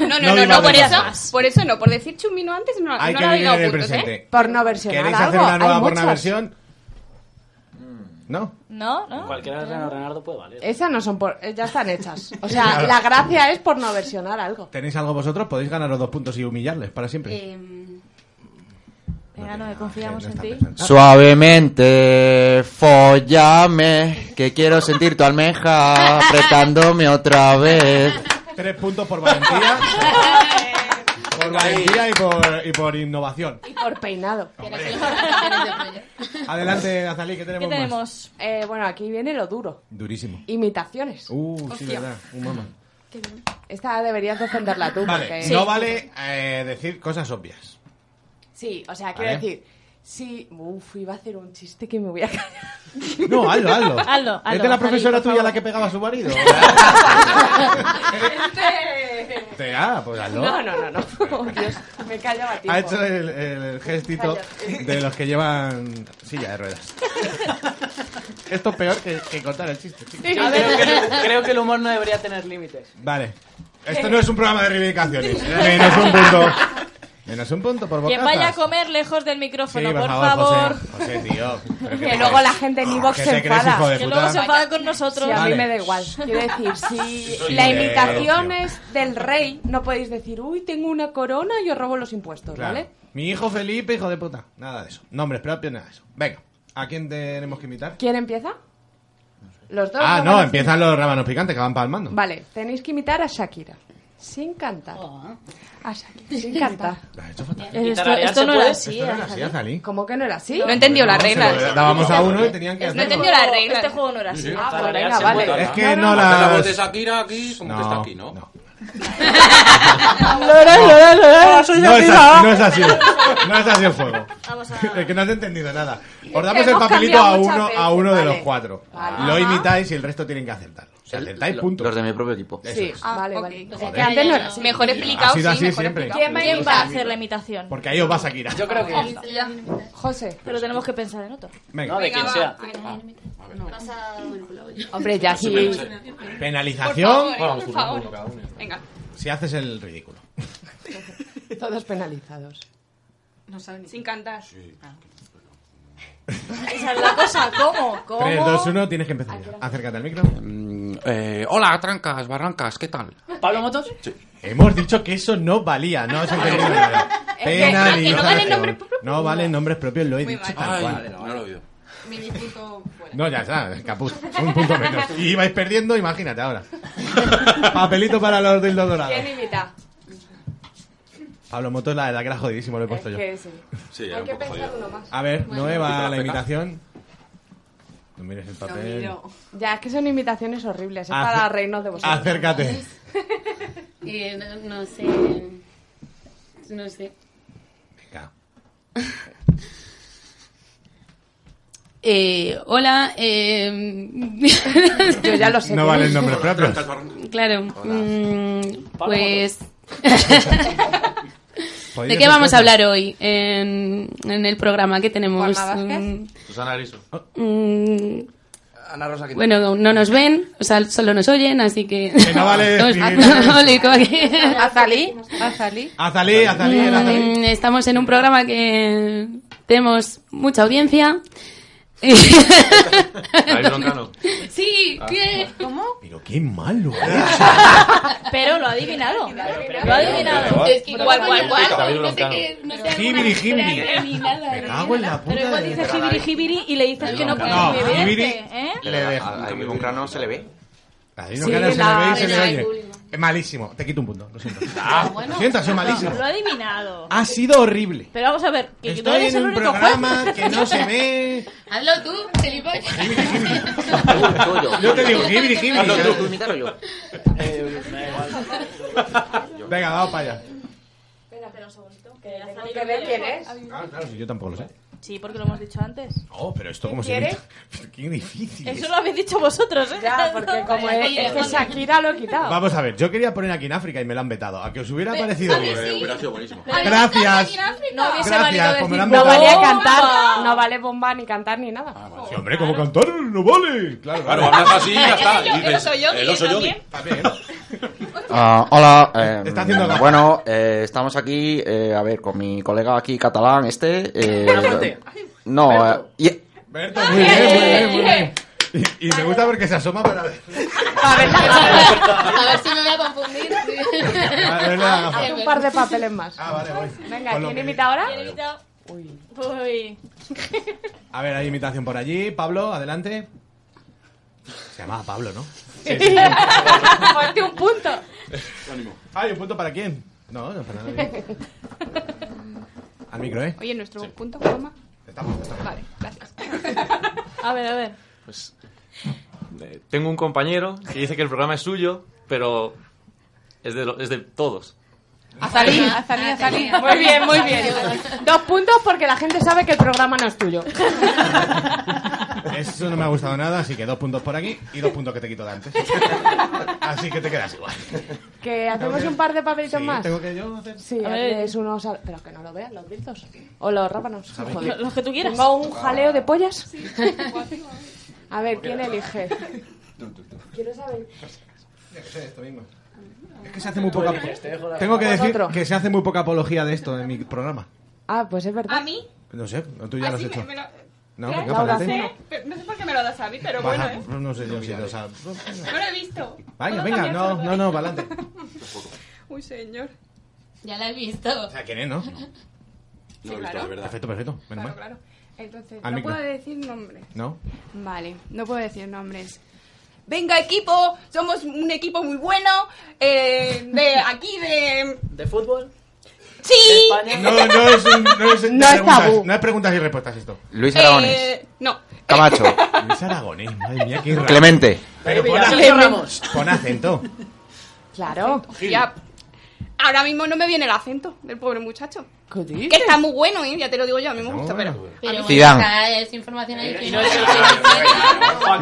Speaker 18: No, no,
Speaker 4: No
Speaker 18: no, no,
Speaker 4: digas
Speaker 18: por
Speaker 4: más.
Speaker 18: eso, por eso no, por decir chumino antes no,
Speaker 4: Hay
Speaker 18: no
Speaker 4: que
Speaker 18: le ha
Speaker 4: vivir
Speaker 18: dado
Speaker 4: en el
Speaker 18: puntos,
Speaker 4: presente.
Speaker 18: ¿eh?
Speaker 5: Por no versionar
Speaker 4: ¿Queréis
Speaker 5: algo.
Speaker 4: hacer una nueva
Speaker 5: Hay
Speaker 4: porno
Speaker 5: muchas.
Speaker 4: versión? ¿No?
Speaker 6: No, no.
Speaker 7: Cualquiera de Renardo puede valer.
Speaker 5: Esas no son por... eh, ya están hechas. O sea, la gracia es por no versionar algo.
Speaker 4: ¿Tenéis algo vosotros? Podéis ganaros dos puntos y humillarles para siempre.
Speaker 5: Eh.
Speaker 6: Venga, no, me confiamos en ti.
Speaker 8: Suavemente, follame, que quiero sentir tu almeja apretándome otra vez.
Speaker 4: Tres puntos por valentía. por valentía y por, y por innovación.
Speaker 5: Y por peinado.
Speaker 4: Adelante, Azalí, que tenemos, más.
Speaker 5: Eh, bueno, aquí viene lo duro.
Speaker 4: Durísimo.
Speaker 5: Imitaciones.
Speaker 4: Uh, sí, verdad. Un mamá.
Speaker 5: Esta deberías defenderla tú.
Speaker 4: Vale,
Speaker 5: porque...
Speaker 4: no vale eh, decir cosas obvias.
Speaker 5: Sí, o sea, quiero
Speaker 4: Vale.
Speaker 5: decir... Sí, uf, iba a hacer un chiste que me voy a callar.
Speaker 4: No, hazlo, hazlo.
Speaker 5: Hazlo, hazlo,
Speaker 4: ¿Es de la
Speaker 5: Azalí,
Speaker 4: profesora
Speaker 5: por
Speaker 4: tuya
Speaker 5: favor.
Speaker 4: la que pegaba a su marido? Te- ah, pues hazlo.
Speaker 5: No, no, no, no. Oh, Dios, me callaba tiempo.
Speaker 4: Ha hecho el, el gestito
Speaker 5: Cállate.
Speaker 4: de los que llevan silla de ruedas. Esto es peor que, que contar el chiste. chicos.
Speaker 7: Yo creo, que, creo que el humor no debería tener límites.
Speaker 4: Vale. Esto no es un programa de reivindicaciones. ¿eh? Menos un punto. Menos un punto por
Speaker 6: Quien
Speaker 4: bocatas.
Speaker 6: vaya a comer lejos del
Speaker 4: Sí,
Speaker 6: micrófono,
Speaker 4: por, favor, José. José, tío. Pero
Speaker 5: Que
Speaker 4: te
Speaker 5: luego
Speaker 4: crees?
Speaker 5: la gente en Evox
Speaker 4: ¿Qué
Speaker 5: se
Speaker 4: te crees,
Speaker 5: enfada.
Speaker 4: hijo de
Speaker 6: Que
Speaker 4: puta?
Speaker 6: luego se enfada con nosotros.
Speaker 5: Sí, a mí
Speaker 4: Vale.
Speaker 5: me da igual. Quiero decir, si
Speaker 4: Sí,
Speaker 5: la
Speaker 4: eh,
Speaker 5: imitación es del rey, no podéis decir, uy, tengo una corona y os robo los impuestos,
Speaker 4: Claro.
Speaker 5: ¿vale?
Speaker 4: Mi hijo Felipe, hijo de puta. Nada de eso. Nombres propios, nada de eso. Venga, ¿a quién tenemos que invitar?
Speaker 5: ¿Quién empieza? Los dos.
Speaker 4: Ah,
Speaker 5: lo
Speaker 4: no,
Speaker 5: van a-
Speaker 4: empiezan los rábanos picantes que van palmando.
Speaker 5: Vale, tenéis que imitar a Shakira. Sin cantar. A Shakira, sin cantar.
Speaker 6: Esto,
Speaker 5: pues.
Speaker 6: esto no era así.
Speaker 4: Esto no era así, Azalí.
Speaker 5: ¿Cómo que no era así?
Speaker 18: No he entendido las
Speaker 4: Se lo
Speaker 18: reglas.
Speaker 4: Dábamos a uno y tenían que
Speaker 6: No
Speaker 4: hacerlo.
Speaker 6: entendió la regla. Este juego no era así.
Speaker 5: Ah, pues venga, vale.
Speaker 4: Es que no
Speaker 1: Hace la
Speaker 4: las...
Speaker 1: voz de Shakira aquí, como que está aquí, ¿no?
Speaker 4: No es, así, no es así. No es así el juego.
Speaker 6: Vamos
Speaker 4: Es que no has entendido nada. Os
Speaker 1: Que
Speaker 4: damos el
Speaker 1: hemos
Speaker 4: papelito a
Speaker 1: cambiado muchas
Speaker 4: uno, a
Speaker 1: veces,
Speaker 4: uno de
Speaker 1: vale.
Speaker 4: los cuatro.
Speaker 1: Vale.
Speaker 4: Lo
Speaker 1: Ajá.
Speaker 4: imitáis y el resto tienen que acertarlo. Si
Speaker 1: El-
Speaker 4: acertáis,
Speaker 1: lo-
Speaker 4: punto.
Speaker 1: Los de mi propio equipo.
Speaker 5: Sí,
Speaker 6: Ah,
Speaker 5: vale, vale. Es que
Speaker 4: Joder.
Speaker 5: antes no era así.
Speaker 18: Mejor explicado,
Speaker 4: Ha sido
Speaker 18: sí,
Speaker 4: así
Speaker 18: mejor
Speaker 4: siempre.
Speaker 18: explicado.
Speaker 6: ¿Quién,
Speaker 4: ¿Quién
Speaker 6: va a
Speaker 4: imita?
Speaker 6: hacer la imitación?
Speaker 4: Porque ahí os vas a girar.
Speaker 7: Yo creo que esta.
Speaker 5: José.
Speaker 6: Pero tenemos que pensar en otro.
Speaker 4: Venga.
Speaker 7: No, de quien sea.
Speaker 5: Hombre, ya sí.
Speaker 4: Penalización.
Speaker 18: Por favor. Venga.
Speaker 4: Si haces el ridículo.
Speaker 5: Todos penalizados.
Speaker 18: No saben Sin cantar.
Speaker 4: Ah,
Speaker 6: Esa es la cosa. ¿Cómo? ¿Cómo?
Speaker 4: 3, 2, 1, tienes que empezar. ya. Acércate al micro.
Speaker 1: Mm, eh, hola, trancas, barrancas, ¿qué tal?
Speaker 7: ¿Pablo Motos?
Speaker 4: Hemos dicho que eso no valía, no has entendido nada.
Speaker 18: Es que- es que no
Speaker 4: Penalización.
Speaker 18: valen nombres propios.
Speaker 4: No valen nombres propios, lo he dicho tal
Speaker 1: Ay,
Speaker 4: cual.
Speaker 1: no lo he oído.
Speaker 18: Mi disputo fuera.
Speaker 4: No, ya está, caput. Un punto menos. Y ibais perdiendo, imagínate ahora. Papelito para los dildos dorados.
Speaker 5: ¿Quién imita?
Speaker 4: Pablo Motos, la verdad que era jodidísimo, lo he puesto
Speaker 5: Es
Speaker 4: yo.
Speaker 5: que sí.
Speaker 1: Sí,
Speaker 5: Hay que pensar uno más.
Speaker 4: A ver,
Speaker 5: Bueno.
Speaker 4: nueva la imitación. No mires el papel.
Speaker 5: Ya, es que son imitaciones horribles. Es
Speaker 4: Ace-
Speaker 5: para reinos de vosotros.
Speaker 4: Acércate.
Speaker 2: Eh, no, no sé. No sé.
Speaker 4: Venga.
Speaker 2: Eh, hola. eh,
Speaker 5: Yo ya lo sé.
Speaker 4: No valen nombres propios.
Speaker 2: Claro. mm,
Speaker 5: Pablo
Speaker 2: pues. ¿De
Speaker 1: Podéis
Speaker 2: qué
Speaker 1: hacer
Speaker 2: vamos a
Speaker 1: cosas.
Speaker 2: hablar hoy en, en el programa que tenemos? Mm,
Speaker 1: Susana Griso.
Speaker 2: mm,
Speaker 1: Oh. Ana Rosa Quintana.
Speaker 2: bueno, no nos ven, o sea, solo nos oyen, así que.
Speaker 1: Que no vale
Speaker 2: Estamos-
Speaker 1: decir-
Speaker 2: Vale, como que-
Speaker 5: Azalí. Azalí.
Speaker 4: Azalí, Azalí, el Azalí.
Speaker 2: Mm, Estamos en un programa que tenemos mucha audiencia. Sí, ¿qué?
Speaker 18: ¿Cómo?
Speaker 4: Ah. Pero qué malo.
Speaker 6: Pero lo ha adivinado. Lo ha adivinado.
Speaker 2: Es que
Speaker 6: Igual,
Speaker 2: igual,
Speaker 6: igual,
Speaker 2: igual.
Speaker 6: igual.
Speaker 2: No sé qué. No sé
Speaker 4: Jibiri,
Speaker 2: alguna
Speaker 4: jibiri.
Speaker 2: frase ni nada.
Speaker 4: Me cago en la
Speaker 6: Pero igual
Speaker 4: puta.
Speaker 6: dice jibiri, jibiri y le dices que no puede
Speaker 4: No,
Speaker 6: ni beberte,
Speaker 4: jibiri.
Speaker 6: ¿eh?
Speaker 4: Le dejo.
Speaker 1: Ahí con crano se le ve.
Speaker 4: Ahí no
Speaker 1: Sí,
Speaker 4: cara se le
Speaker 1: la-
Speaker 4: ve y se
Speaker 1: la-
Speaker 4: le oye. Eh, Malísimo, te quito un punto, lo siento. Ah,
Speaker 6: Bueno,
Speaker 4: lo siento, ha sido
Speaker 6: no,
Speaker 4: malísimo.
Speaker 6: Lo he adivinado.
Speaker 4: Ha sido horrible.
Speaker 6: Pero vamos a ver, que no
Speaker 4: Estoy
Speaker 6: eres
Speaker 4: en
Speaker 6: el
Speaker 4: un
Speaker 6: único
Speaker 4: programa
Speaker 6: juez.
Speaker 4: que no se ve.
Speaker 2: Hazlo tú, gilipollas.
Speaker 4: Yo te digo, gibri, gibri.
Speaker 8: Hazlo tú.
Speaker 4: ¿sabes? eh, Venga, vamos para allá.
Speaker 6: Espera, espera un segundito. Que ha
Speaker 5: tengo
Speaker 6: salido
Speaker 5: que ver
Speaker 6: ya.
Speaker 5: quién es.
Speaker 4: Ah, Claro, si yo tampoco lo sé.
Speaker 6: Sí, porque lo hemos dicho antes.
Speaker 4: Oh, pero esto cómo se
Speaker 6: ¿Quiere?
Speaker 4: edita. Pero Qué difícil. es.
Speaker 6: Eso lo habéis dicho vosotros, ¿eh?
Speaker 5: Ya, porque como es, es que Shakira lo ha quitado.
Speaker 4: Vamos a ver, yo quería poner aquí en África y me lo han vetado. A que os hubiera
Speaker 5: Ve-
Speaker 4: parecido
Speaker 5: a que
Speaker 4: bien.
Speaker 5: sí.
Speaker 8: Hubiera sido buenísimo.
Speaker 4: Gracias.
Speaker 5: No hubiese
Speaker 4: Gracias,
Speaker 5: valido
Speaker 4: pues
Speaker 5: decir-
Speaker 4: me la han
Speaker 5: no
Speaker 4: vetado.
Speaker 5: valía cantar, no vale bomba ni cantar ni nada.
Speaker 4: Sí, hombre, como cantar no vale. Claro,
Speaker 8: Claro, hablas así y ya está.
Speaker 5: El oso
Speaker 8: Dices,
Speaker 5: yogi,
Speaker 8: el oso
Speaker 5: ¿no?
Speaker 8: yogi.
Speaker 19: Ah, hola, eh,
Speaker 4: Está haciendo gafa.
Speaker 19: bueno, eh, estamos aquí, eh, a ver, con mi colega aquí catalán, este. eh,
Speaker 4: Bertote.
Speaker 19: no, eh, y-
Speaker 8: Ah,
Speaker 4: Berto, muy bien, muy bien, muy bien. Y, y me gusta porque se asoma para ver.
Speaker 2: A ver si me voy a confundir.
Speaker 4: A ver, la gafa.
Speaker 5: Haz un par de papeles más.
Speaker 4: Ah, vale, voy.
Speaker 5: Venga,
Speaker 4: Con lo
Speaker 5: ¿quién
Speaker 4: que-
Speaker 5: imita ahora?
Speaker 4: ¿Quién
Speaker 5: Uy.
Speaker 6: Uy.
Speaker 4: A ver, hay imitación por allí. Pablo, adelante. Se llamaba Pablo, ¿no?
Speaker 5: Ponte un punto.
Speaker 4: Hay un punto para quién. No, no, para nadie. Al micro, ¿eh?
Speaker 9: Oye, nuestro punto, coma. Vale, gracias.
Speaker 6: A ver, a ver.
Speaker 11: Pues, eh, tengo un compañero que dice que el programa es suyo, pero es de, lo- es de todos.
Speaker 5: Azalí,
Speaker 1: Azalí, Azalí.
Speaker 5: Muy bien, muy bien. Dos puntos porque la gente sabe que el programa no es tuyo.
Speaker 4: Eso no me ha gustado nada, así que dos puntos por aquí y dos puntos que te quito de antes. Así que te quedas igual.
Speaker 5: Que hacemos
Speaker 4: que-
Speaker 5: un par de papelitos
Speaker 4: sí,
Speaker 5: más.
Speaker 4: ¿tengo que yo hacer?
Speaker 5: Sí,
Speaker 4: A ver.
Speaker 5: es unos. al- Pero que no lo vean los gritos. O los rábanos.
Speaker 4: ¿Sabes?
Speaker 5: joder.
Speaker 4: Los
Speaker 6: que tú quieras.
Speaker 5: Tengo un jaleo de pollas. A ver, ¿quién elige? Quiero saber.
Speaker 4: Esto mismo. Es que se hace muy poca.
Speaker 5: eliges, te dejo la-
Speaker 4: este, Tengo que decir
Speaker 5: Vosotros.
Speaker 4: que se hace muy poca apología de esto en mi programa.
Speaker 5: Ah, pues es verdad.
Speaker 9: A mí,
Speaker 4: No sé, tú ya lo has
Speaker 9: sí,
Speaker 4: hecho.
Speaker 9: me, me lo...
Speaker 4: No,
Speaker 9: ¿Qué?
Speaker 4: venga,
Speaker 9: Laura,
Speaker 4: párate.
Speaker 9: sé, pero no sé por qué me lo das a mí, pero bueno,
Speaker 4: Baja-
Speaker 9: ¿eh?
Speaker 4: no sé yo si lo sabes.
Speaker 9: No lo he visto.
Speaker 4: Venga,
Speaker 9: ¿Puedo
Speaker 4: venga,
Speaker 9: cambiar
Speaker 4: no,
Speaker 9: todo?
Speaker 4: no, no, para adelante.
Speaker 9: Uy, señor.
Speaker 2: Ya la he visto.
Speaker 4: O sea, ¿quién es, no?
Speaker 9: Sí, claro.
Speaker 4: Perfecto, perfecto. Menos
Speaker 9: Claro,
Speaker 4: mal.
Speaker 9: claro. Entonces,
Speaker 4: Al
Speaker 9: no
Speaker 4: micro.
Speaker 9: puedo decir nombres.
Speaker 4: ¿No?
Speaker 9: Vale, no puedo decir nombres. Venga, equipo, somos un equipo muy bueno. eh, de aquí, de.
Speaker 14: ¿De fútbol?
Speaker 9: ¡Sí!
Speaker 4: No, no es, un- no es,
Speaker 9: No es
Speaker 4: preguntas,
Speaker 9: tabú.
Speaker 4: No es preguntas y respuestas esto.
Speaker 19: Luis
Speaker 9: Eh,
Speaker 19: Aragones,
Speaker 9: no.
Speaker 19: Camacho,
Speaker 4: Luis Aragonés, madre mía, qué raro.
Speaker 19: Clemente.
Speaker 4: Pero pon
Speaker 9: Sergio
Speaker 4: acento.
Speaker 9: Ramos.
Speaker 4: Pon acento.
Speaker 5: Claro.
Speaker 9: Ya. Ahora mismo no me viene el acento del pobre muchacho.
Speaker 5: ¿Qué
Speaker 9: Que está muy bueno, ¿eh? Ya te lo digo yo, a mí me gusta, pero.
Speaker 2: Pero
Speaker 4: Zidane.
Speaker 2: bueno, esa es información adicional.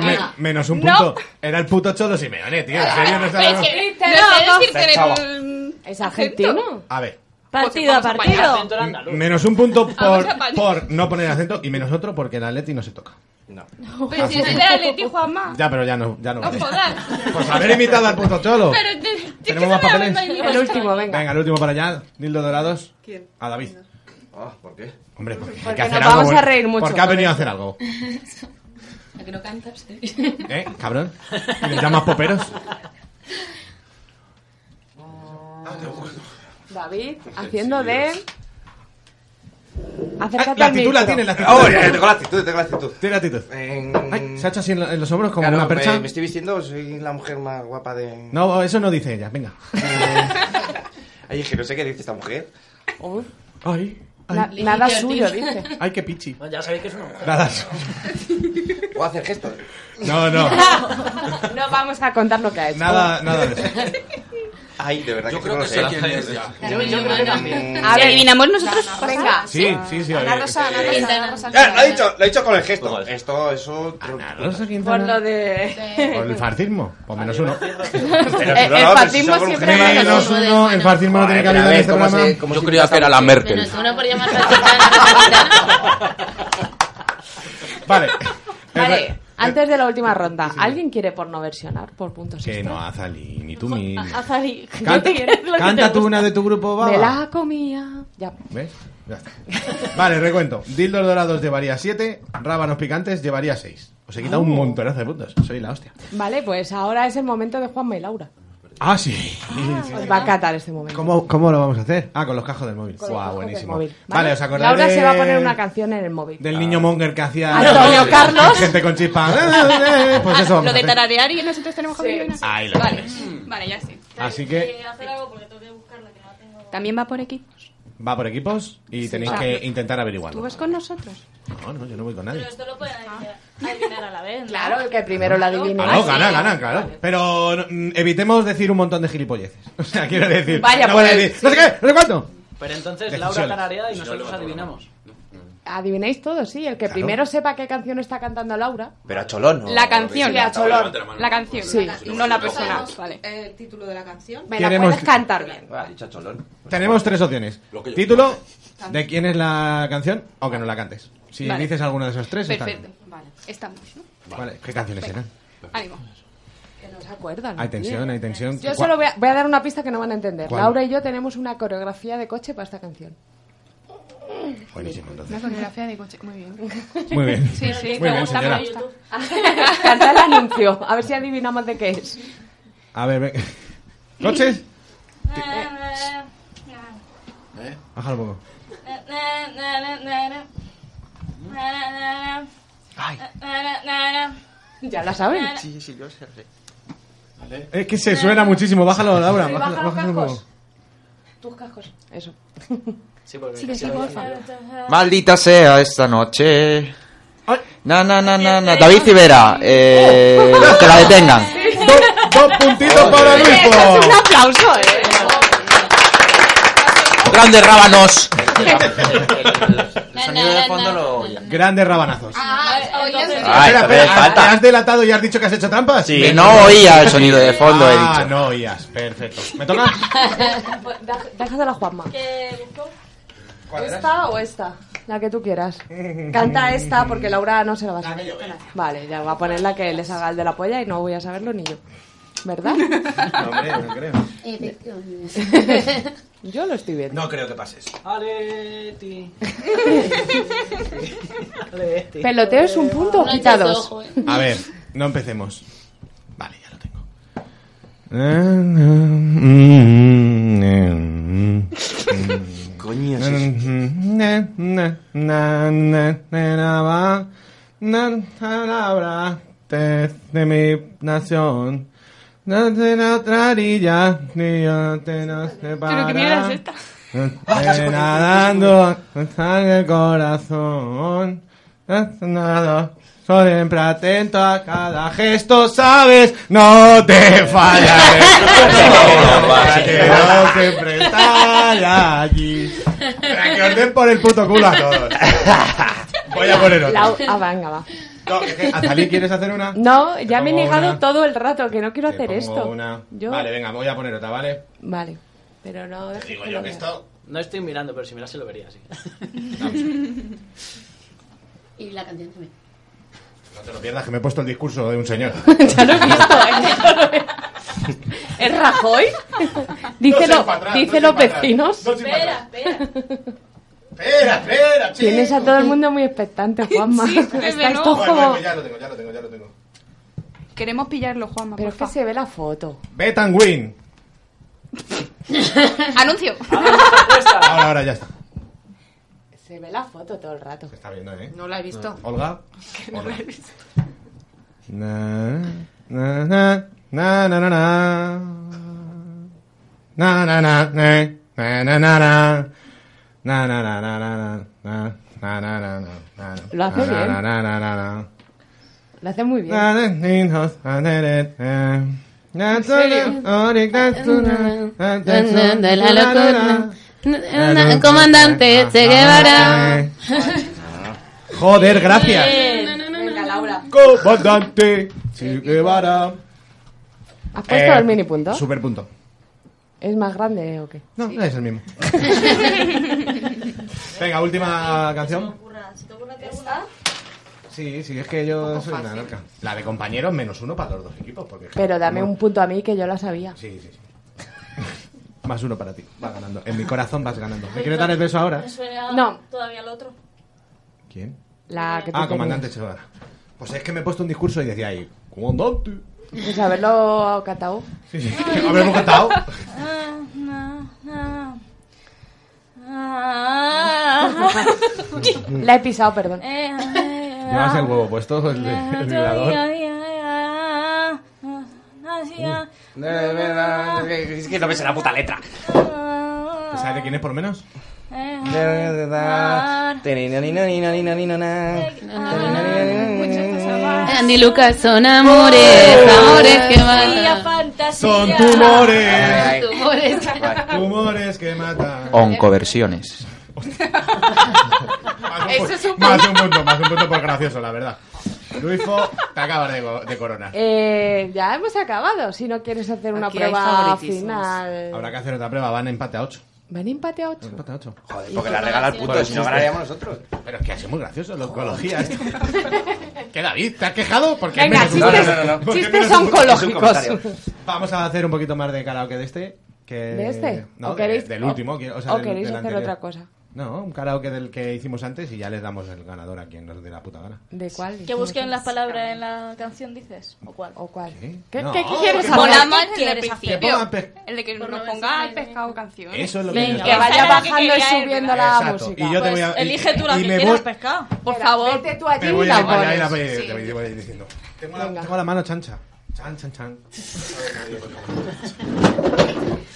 Speaker 4: Me- menos un punto. Era el puto Cholo Simeone, tío. En serio, no
Speaker 2: Pero
Speaker 4: sabemos.
Speaker 2: es que-
Speaker 9: No sé decirte
Speaker 4: Pero, chava,
Speaker 9: el-
Speaker 5: Es argentino.
Speaker 4: A ver.
Speaker 6: Partido a partido.
Speaker 4: Menos un punto por,
Speaker 9: Vamos a parar.
Speaker 4: por no poner acento y menos otro porque el Atleti no se toca.
Speaker 1: Pues
Speaker 9: Pero si soy del Atleti, Juanma.
Speaker 4: Ya, pero ya no. Ya no,
Speaker 9: No
Speaker 4: vale.
Speaker 9: jodas.
Speaker 4: Pues haber imitado al puto Cholo.
Speaker 9: Pero te- te- que
Speaker 4: ¿Tenemos
Speaker 9: no
Speaker 4: más
Speaker 9: me
Speaker 4: papeles?
Speaker 9: habéis imitado. El último, venga.
Speaker 4: Venga, el último para allá. Dildo Dorados.
Speaker 9: ¿Quién?
Speaker 4: A David.
Speaker 3: Ah, ¿por qué?
Speaker 4: Hombre, porque, hay que
Speaker 9: Porque
Speaker 4: hacer
Speaker 9: nos
Speaker 4: algo
Speaker 9: vamos
Speaker 4: bueno.
Speaker 9: a reír mucho
Speaker 4: Porque ha
Speaker 9: con
Speaker 4: venido a
Speaker 9: esto.
Speaker 4: hacer algo.
Speaker 2: La que no cantas.
Speaker 4: ¿Eh? Cabrón. ¿Y ¿Le llamas poperos?
Speaker 3: Ah,
Speaker 4: mm.
Speaker 5: David, haciendo de. Acércate
Speaker 4: Ah, La
Speaker 5: al
Speaker 4: actitud
Speaker 5: micro.
Speaker 4: la tienes, la actitud.
Speaker 3: Oye, Oh, tengo la actitud, tengo la actitud.
Speaker 4: Tiene actitud. Ay, se ha hecho así en, lo- en los hombros como
Speaker 3: Claro,
Speaker 4: una percha.
Speaker 3: Me, me estoy vistiendo, soy la mujer más guapa de.
Speaker 4: No, eso no dice ella. Venga.
Speaker 3: Ay, es que no sé qué dice esta mujer.
Speaker 4: Ay,
Speaker 5: Na-
Speaker 4: ay,
Speaker 5: nada suyo, dice.
Speaker 4: ay, qué pichi.
Speaker 14: Ya sabéis que es una mujer.
Speaker 4: Nada.
Speaker 3: ¿Puedo hacer gestos?
Speaker 4: No, no.
Speaker 5: No vamos a contar lo que ha hecho.
Speaker 4: Nada, nada de eso.
Speaker 3: Ay, de verdad
Speaker 8: Yo
Speaker 3: que
Speaker 8: creo
Speaker 3: no lo
Speaker 8: que
Speaker 3: sé.
Speaker 8: sé quién es ya.
Speaker 14: Yo, yo creo que también.
Speaker 5: A
Speaker 3: Sí.
Speaker 5: ver,
Speaker 9: adivinamos nosotros.
Speaker 5: Venga.
Speaker 4: Sí, sí, este, sí. oye.
Speaker 3: Eh, lo he dicho, lo he dicho con el gesto. Esto, eso.
Speaker 4: Rosa
Speaker 5: Por
Speaker 4: Quintana.
Speaker 5: lo de.
Speaker 4: Por el farcismo. Por menos uno.
Speaker 3: Pero,
Speaker 5: El- el
Speaker 3: pero
Speaker 5: fascismo
Speaker 3: si son
Speaker 5: siempre
Speaker 3: mujeres.
Speaker 5: va a
Speaker 4: Menos uno. El farcismo no tiene que
Speaker 3: Joder,
Speaker 4: haber en
Speaker 3: pero
Speaker 4: este
Speaker 3: a ver, ¿cómo se-
Speaker 4: programa.
Speaker 3: cómo
Speaker 10: Yo
Speaker 3: se
Speaker 10: creía
Speaker 3: trata
Speaker 10: que era la
Speaker 3: mucho?
Speaker 10: Merkel.
Speaker 2: Menos uno por llamar a
Speaker 4: Vale. Eh,
Speaker 5: Vale, antes de la última ronda, ¿alguien quiere por no versionar por puntos
Speaker 4: Que
Speaker 5: extra?
Speaker 4: eh, no, Azali, ni tú mismo.
Speaker 6: Azari, ¿qué
Speaker 4: Canta,
Speaker 6: te quieres? Lo que
Speaker 4: canta
Speaker 6: te
Speaker 4: tú
Speaker 6: gusta.
Speaker 4: una de tu grupo, va.
Speaker 5: Me la comía. Ya.
Speaker 4: ¿Ves? Ya está. Vale, recuento. Dildos dorados llevaría 7, rábanos picantes llevaría 6. Os he quitado un montonazo de puntos. Soy la hostia.
Speaker 5: Vale, pues ahora es el momento de Juanma y Laura.
Speaker 4: Ah, sí.
Speaker 5: Os va a catar este momento.
Speaker 4: ¿Cómo, ¿Cómo lo vamos a hacer? Ah, con los cajos del móvil.
Speaker 5: Con los
Speaker 4: Guau,
Speaker 5: cajos
Speaker 4: buenísimo.
Speaker 5: del móvil,
Speaker 4: Vale, os acordáis
Speaker 5: Laura se va a
Speaker 4: de-
Speaker 5: poner una canción en el móvil.
Speaker 4: del niño monger que hacía
Speaker 5: Antonio
Speaker 4: Sí.
Speaker 5: Carlos.
Speaker 4: Gente con chispa. Pues eso vamos
Speaker 9: Ah, Lo
Speaker 4: a
Speaker 9: de
Speaker 4: hacer.
Speaker 9: tararear y nosotros tenemos que adivinar.
Speaker 4: Ahí lo
Speaker 9: Vale,
Speaker 4: tienes.
Speaker 9: vale, ya sé.
Speaker 4: Así que
Speaker 9: También va por aquí.
Speaker 4: va por equipos y tenéis
Speaker 9: Ah.
Speaker 4: que intentar
Speaker 9: ¿Tú
Speaker 4: averiguarlo.
Speaker 9: vas con nosotros?
Speaker 4: No, no, yo no voy con nadie. Ah,
Speaker 6: Esto lo pueden
Speaker 5: Ah.
Speaker 6: adivinar, adivinar a la vez. ¿no?
Speaker 5: Claro, el que primero la adivina.
Speaker 4: Ah, no, gana, gana, claro. Pero mm, evitemos decir un montón de gilipolleces. O sea, quiero decir.
Speaker 5: Vaya pues,
Speaker 4: no
Speaker 5: por
Speaker 4: voy a
Speaker 5: el-
Speaker 4: decir, No sé qué, no sé cuánto.
Speaker 7: Pero
Speaker 9: pues
Speaker 7: entonces Laura
Speaker 4: Decisiones.
Speaker 7: canarea y
Speaker 4: Si no,
Speaker 7: nosotros
Speaker 4: le va a
Speaker 7: adivinamos.
Speaker 5: Adivináis todo, sí. El que primero sepa qué canción está cantando Laura.
Speaker 3: Pero a Cholón, ¿no?
Speaker 9: La canción.
Speaker 5: Sí, a Cholón.
Speaker 9: La canción.
Speaker 5: Sí.
Speaker 9: No la persona.
Speaker 13: ¿Sabemos El título de la canción.
Speaker 9: Me
Speaker 4: la Queremos- puedes
Speaker 9: cantar bien.
Speaker 3: Ah, dicho a Cholón.
Speaker 4: Tenemos tres opciones.
Speaker 3: que yo
Speaker 4: Título, de quién es la canción, o que no la cantes. Si
Speaker 9: Vale.
Speaker 4: dices alguno de esos tres, está bien.
Speaker 9: Perfecto. Vale. Estamos, ¿no?
Speaker 4: Vale, ¿Qué canciones
Speaker 9: Venga.
Speaker 4: eran?
Speaker 9: Ánimo.
Speaker 5: Que no se acuerdan.
Speaker 4: Hay tensión, hay tensión.
Speaker 5: Yo
Speaker 4: ¿Cuál-
Speaker 5: solo voy a, voy a dar una pista que no van a entender.
Speaker 4: ¿Cuál?
Speaker 5: Laura y yo tenemos una coreografía de coche para esta canción.
Speaker 4: Buenísimo,
Speaker 9: Una
Speaker 4: entonces.
Speaker 9: coreografía de coche. Muy bien.
Speaker 4: Muy bien.
Speaker 9: Sí, sí.
Speaker 4: Muy
Speaker 9: me
Speaker 4: bien,
Speaker 9: gusta, me
Speaker 4: señora.
Speaker 9: gusta.
Speaker 5: Canta el anuncio, a ver si adivinamos de qué es.
Speaker 4: A ver, ven. ¿Coches?
Speaker 5: eh.
Speaker 4: Bájalo un poco.
Speaker 5: Ya la saben.
Speaker 3: Sí, sí, yo sé.
Speaker 4: Es que se suena muchísimo. Bájalo, Laura.
Speaker 5: Sí,
Speaker 4: Bájalo,
Speaker 5: baja los
Speaker 4: bájalo un
Speaker 5: cascos.
Speaker 4: poco.
Speaker 5: Tus cascos. Eso.
Speaker 7: Sí, porque
Speaker 5: Sí,
Speaker 7: casi
Speaker 5: sí,
Speaker 7: lo
Speaker 5: porfa.
Speaker 7: decía yo.
Speaker 19: Maldita sea esta noche. Na, na, na, na, na. David Civera, eh, que la detengan.
Speaker 4: Dos, dos puntitos para Luis.
Speaker 5: Eso es un aplauso, eh.
Speaker 19: Grandes rábanos.
Speaker 3: El sonido de fondo lo...
Speaker 2: Ah,
Speaker 4: Grandes
Speaker 7: Ah,
Speaker 4: rabanazos.
Speaker 19: Ay,
Speaker 4: espera,
Speaker 19: también
Speaker 4: espera, ¿has-
Speaker 19: falta.
Speaker 4: ¿te has delatado y has dicho que has hecho trampas?
Speaker 19: Sí, Que no oía el sonido de fondo, he
Speaker 4: Ah,
Speaker 19: dicho.
Speaker 4: no oías, perfecto. ¿Me toca?
Speaker 5: Déjatela Pues, a Juanma.
Speaker 4: ¿Esta
Speaker 5: ¿Esta o esta? La que tú quieras. Canta esta porque Laura no se la va a saber.
Speaker 4: eh.
Speaker 5: Vale, ya va a poner la que le salga el de la polla y no voy a saberlo ni yo. ¿Verdad?
Speaker 4: No creo, no creo.
Speaker 5: Yo lo estoy viendo.
Speaker 4: No creo que pases.
Speaker 7: Aleti. Aleti.
Speaker 5: Peloteo es un punto o
Speaker 7: No
Speaker 5: quita
Speaker 7: eches
Speaker 5: dos.
Speaker 7: ojo, eh.
Speaker 4: A ver, no empecemos.
Speaker 19: Mm.
Speaker 4: Coño, mm, Palabra de, de mi nación. No te la otra orilla, ni yo te nos separa.
Speaker 16: qué mierda es esta?
Speaker 4: Eh, nadando hasta el corazón. Nado, siempre atento a cada gesto, sabes, no te fallaré. No te fallaré, no siempre estaré allí. Para que os den por el puto culo a todos. Voy a poner otro.
Speaker 5: Lau- ah, venga, va.
Speaker 4: Atalí, ¿quieres hacer una?
Speaker 5: No, ya me he
Speaker 4: pongo
Speaker 5: negado
Speaker 4: una.
Speaker 5: todo el rato, que no quiero hacer
Speaker 4: Pongo
Speaker 5: esto.
Speaker 4: una.
Speaker 5: Yo-
Speaker 4: Vale, venga, voy a poner otra, ¿vale?
Speaker 5: Vale. Pero no. dejes
Speaker 4: digo
Speaker 5: que
Speaker 4: yo
Speaker 5: lo
Speaker 4: que
Speaker 5: vea.
Speaker 7: No estoy mirando, pero si mirase lo vería, sí.
Speaker 2: Y la canción también.
Speaker 4: No te lo pierdas, que me he puesto el discurso de un señor.
Speaker 5: ya lo he visto, ¿eh? ¿Es Rajoy? Dicen
Speaker 4: No
Speaker 5: lo-
Speaker 4: sé pa' atrás, no
Speaker 5: dicen
Speaker 4: sé
Speaker 5: los
Speaker 4: pa' atrás,
Speaker 5: vecinos.
Speaker 4: no sé pa' atrás.
Speaker 5: Espera, espera, Tienes a todo el mundo muy expectante, Juanma. Estáis todos
Speaker 4: Bueno,
Speaker 5: como...
Speaker 4: bueno, ya lo tengo, ya lo tengo, ya lo tengo.
Speaker 9: Queremos pillarlo, Juanma.
Speaker 5: Pero es que se ve la foto.
Speaker 4: Bet and win.
Speaker 9: Anuncio.
Speaker 4: Ah, Ahora, ahora, ya está.
Speaker 5: Se ve la foto todo el rato.
Speaker 4: Está viendo, ¿eh?
Speaker 9: No la he visto.
Speaker 4: Olga.
Speaker 9: no la he
Speaker 4: Na, na, na, na, na, na, na. Na, na, na, na, na, na, na, na. Na, na, na, na, na, na, na, na, na, na, na, na.
Speaker 5: Lo hace
Speaker 4: Na, na,
Speaker 5: bien.
Speaker 4: na, na, na, na.
Speaker 5: Lo hace muy bien.
Speaker 4: Na, na, ni, no, na, na, na, na. Na,
Speaker 16: ¿En serio?
Speaker 4: na, na, na, na, na, na, na,
Speaker 12: De la
Speaker 4: na, na, na.
Speaker 12: locura. El comandante Che Guevara.
Speaker 4: Eh, Joder, gracias.
Speaker 5: Venga, Laura.
Speaker 4: Comandante Che Guevara.
Speaker 5: ¿Has
Speaker 4: Eh,
Speaker 5: puesto el mini punto?
Speaker 4: Super punto.
Speaker 5: ¿Es más grande o qué?
Speaker 4: No, no es el mismo. Venga, última canción. Sí, sí, es que yo soy una narca. La de compañeros menos uno para los dos equipos. Porque es que
Speaker 5: Pero dame
Speaker 4: uno-
Speaker 5: un punto a mí que yo la sabía.
Speaker 4: Sí, sí, sí. Más uno para ti. Vas ganando. En mi corazón vas ganando. ¿Me quieres dar el beso ahora?
Speaker 6: No. Todavía el otro.
Speaker 4: ¿Quién?
Speaker 5: La que tú
Speaker 4: Ah,
Speaker 5: querías.
Speaker 4: comandante Che Guevara. Pues es que me he puesto un discurso y decía ahí, comandante.
Speaker 5: Pues haberlo catado.
Speaker 4: Sí, sí. Habremos cantado.
Speaker 5: La he pisado, perdón.
Speaker 4: ah, Llevas el huevo puesto, el, el vibrador.
Speaker 6: Así
Speaker 12: día.
Speaker 8: Es que no me sé la puta letra.
Speaker 4: ¿Sabes de quién es por menos?
Speaker 2: Andy y Lucas son amores,
Speaker 9: Oh.
Speaker 2: amores que van.
Speaker 4: Son tumores.
Speaker 2: Tumores.
Speaker 4: Tumores que matan.
Speaker 19: Oncoversiones.
Speaker 5: Ah,
Speaker 4: Eso es un Más de un punto, más de un punto por gracioso, la verdad. Luisfo, te acabas de, go- de coronar.
Speaker 5: Eh, ya hemos acabado. Si no quieres hacer una
Speaker 4: Aquí hay
Speaker 5: prueba
Speaker 4: favoritismos.
Speaker 5: final.
Speaker 4: Habrá que hacer otra prueba, van empate a 8.
Speaker 5: ¿Van empate a 8?
Speaker 4: Empate a 8.
Speaker 3: Joder, porque la regala el puto, si no ganaríamos nosotros.
Speaker 4: Pero es que ha sido muy gracioso la oncología. esto. ¿Qué David? ¿Te has quejado? Porque
Speaker 3: Venga,
Speaker 4: menos un-
Speaker 3: chistes- No, no, no, no.
Speaker 4: porque
Speaker 3: chistes
Speaker 4: menos un-
Speaker 3: oncológicos.
Speaker 4: es un comentario. Vamos a hacer un poquito más de karaoke de este. Que,
Speaker 5: ¿De este?
Speaker 4: No,
Speaker 5: ¿O
Speaker 4: de-
Speaker 5: queréis-
Speaker 4: del
Speaker 5: o-
Speaker 4: último. que- O, sea,
Speaker 5: o
Speaker 4: del-
Speaker 5: queréis
Speaker 4: del
Speaker 5: hacer
Speaker 4: anterior.
Speaker 5: otra cosa?
Speaker 4: No, un karaoke del que hicimos antes y ya les damos el ganador a quien nos dé la puta gana.
Speaker 5: ¿De cuál?
Speaker 6: Que busquen las palabras en la canción, dices. ¿O cuál?
Speaker 5: ¿O cuál?
Speaker 4: ¿Qué- No,
Speaker 5: qué quieres
Speaker 4: que
Speaker 5: hacer?
Speaker 4: pongan-
Speaker 5: Pon la mano
Speaker 9: el del
Speaker 5: que quieres hacer.
Speaker 9: principio.
Speaker 5: Que pongan pe-
Speaker 9: El de que nos ponga al pescado canciones.
Speaker 4: Eso es lo que
Speaker 9: Venga,
Speaker 4: yo
Speaker 9: que vaya
Speaker 4: estaba-
Speaker 9: bajando y subiendo la
Speaker 4: Exacto.
Speaker 9: música.
Speaker 4: Y yo te voy
Speaker 5: Pues,
Speaker 4: a-
Speaker 6: Elige tú la
Speaker 4: y
Speaker 6: que
Speaker 4: me
Speaker 6: quieras
Speaker 4: voy-
Speaker 6: pescado.
Speaker 9: Por favor. Vete tú allí
Speaker 4: Te
Speaker 9: y
Speaker 4: voy
Speaker 9: la
Speaker 4: a voy a ir a
Speaker 9: pones.
Speaker 4: pedir- te voy a ir diciendo. Tengo la, tengo la mano chancha. Chan, chan, chan.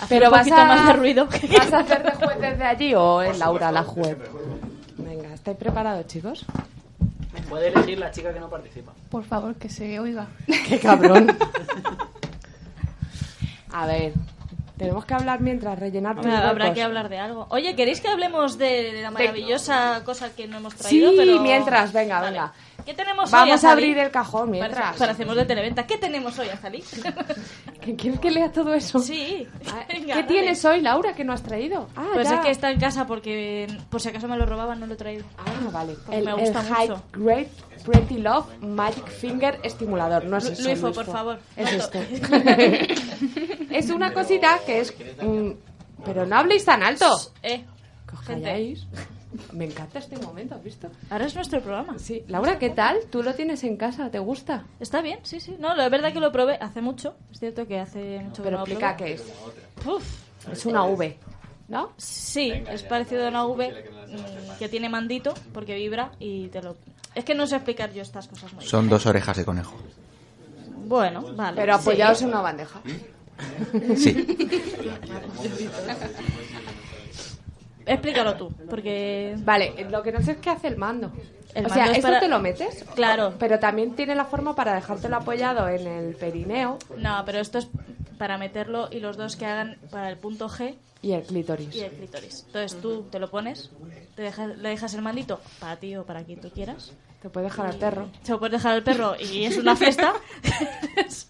Speaker 5: Pero
Speaker 6: un
Speaker 5: vas
Speaker 6: poquito
Speaker 5: a,
Speaker 6: más de ruido.
Speaker 5: ¿Vas a hacer de juez desde allí o es Laura la juez? Venga, ¿estáis preparados, chicos?
Speaker 14: Puede elegir la chica que no participa.
Speaker 5: Por favor, que se oiga. ¡Qué cabrón! A ver, tenemos que hablar mientras rellenar tus
Speaker 6: Habrá
Speaker 5: huecos.
Speaker 6: que hablar de algo. Oye, ¿queréis que hablemos de la maravillosa cosa que no hemos
Speaker 5: Sí,
Speaker 6: traído? pero...
Speaker 5: mientras, venga, venga.
Speaker 6: ¿Qué tenemos hoy,
Speaker 5: Vamos a
Speaker 6: Azalí?
Speaker 5: abrir el cajón mientras.
Speaker 6: Parece- Parecemos de televenta. ¿Qué tenemos hoy, Azalí?
Speaker 5: ¿Qué- ¿Quieres que lea todo eso?
Speaker 6: Sí. Venga,
Speaker 5: Ah, ¿Qué
Speaker 6: dale.
Speaker 5: tienes hoy, Laura, que no has traído? Ah,
Speaker 6: Pues
Speaker 5: ya.
Speaker 6: es que está en casa porque por si acaso me lo robaban no lo he traído.
Speaker 5: Ah, vale.
Speaker 6: Porque
Speaker 5: El,
Speaker 6: me gusta
Speaker 5: el High
Speaker 6: mucho.
Speaker 5: Great Pretty Love Magic Finger Estimulador. No es
Speaker 6: Lu-
Speaker 5: eso.
Speaker 6: Luifo, por favor.
Speaker 5: Es
Speaker 6: Noto.
Speaker 5: esto. es una cosita que es. mm, pero no habléis tan alto.
Speaker 6: Eh,
Speaker 5: Que os calláis. Me encanta este momento, ¿has visto?
Speaker 6: Ahora es nuestro programa.
Speaker 5: Sí. Laura, ¿qué tal? ¿Tú lo tienes en casa? ¿Te gusta?
Speaker 6: Está bien, sí, sí. No, lo es verdad que lo probé hace mucho. Es cierto que hace mucho que
Speaker 5: Pero
Speaker 6: no lo
Speaker 5: explica
Speaker 6: probé.
Speaker 5: qué es.
Speaker 6: Uf.
Speaker 5: Es una V, ¿no?
Speaker 6: Sí, es parecido a una V mm, que tiene mandito porque vibra y te lo... Es que no sé explicar yo estas cosas muy bien.
Speaker 19: Son dos orejas de conejo.
Speaker 6: Bueno, vale.
Speaker 5: Pero apoyaos
Speaker 6: Sí.
Speaker 5: en una bandeja.
Speaker 19: Sí.
Speaker 6: Explícalo tú, porque...
Speaker 5: Vale, lo que no sé es qué hace el mando.
Speaker 6: El
Speaker 5: o
Speaker 6: mando
Speaker 5: sea,
Speaker 6: es
Speaker 5: ¿esto
Speaker 6: para-
Speaker 5: te lo metes?
Speaker 6: Claro.
Speaker 5: Pero también tiene la forma para dejártelo apoyado en el perineo
Speaker 6: No, pero esto es para meterlo y los dos que hagan para el punto G
Speaker 5: y el clítoris.
Speaker 6: y el clítoris. Entonces tú te lo pones, te dejas, le dejas el mandito para ti o para quien tú quieras.
Speaker 5: Te puedes dejar al perro.
Speaker 6: Se lo puedes dejar al perro y es una fiesta. Eso.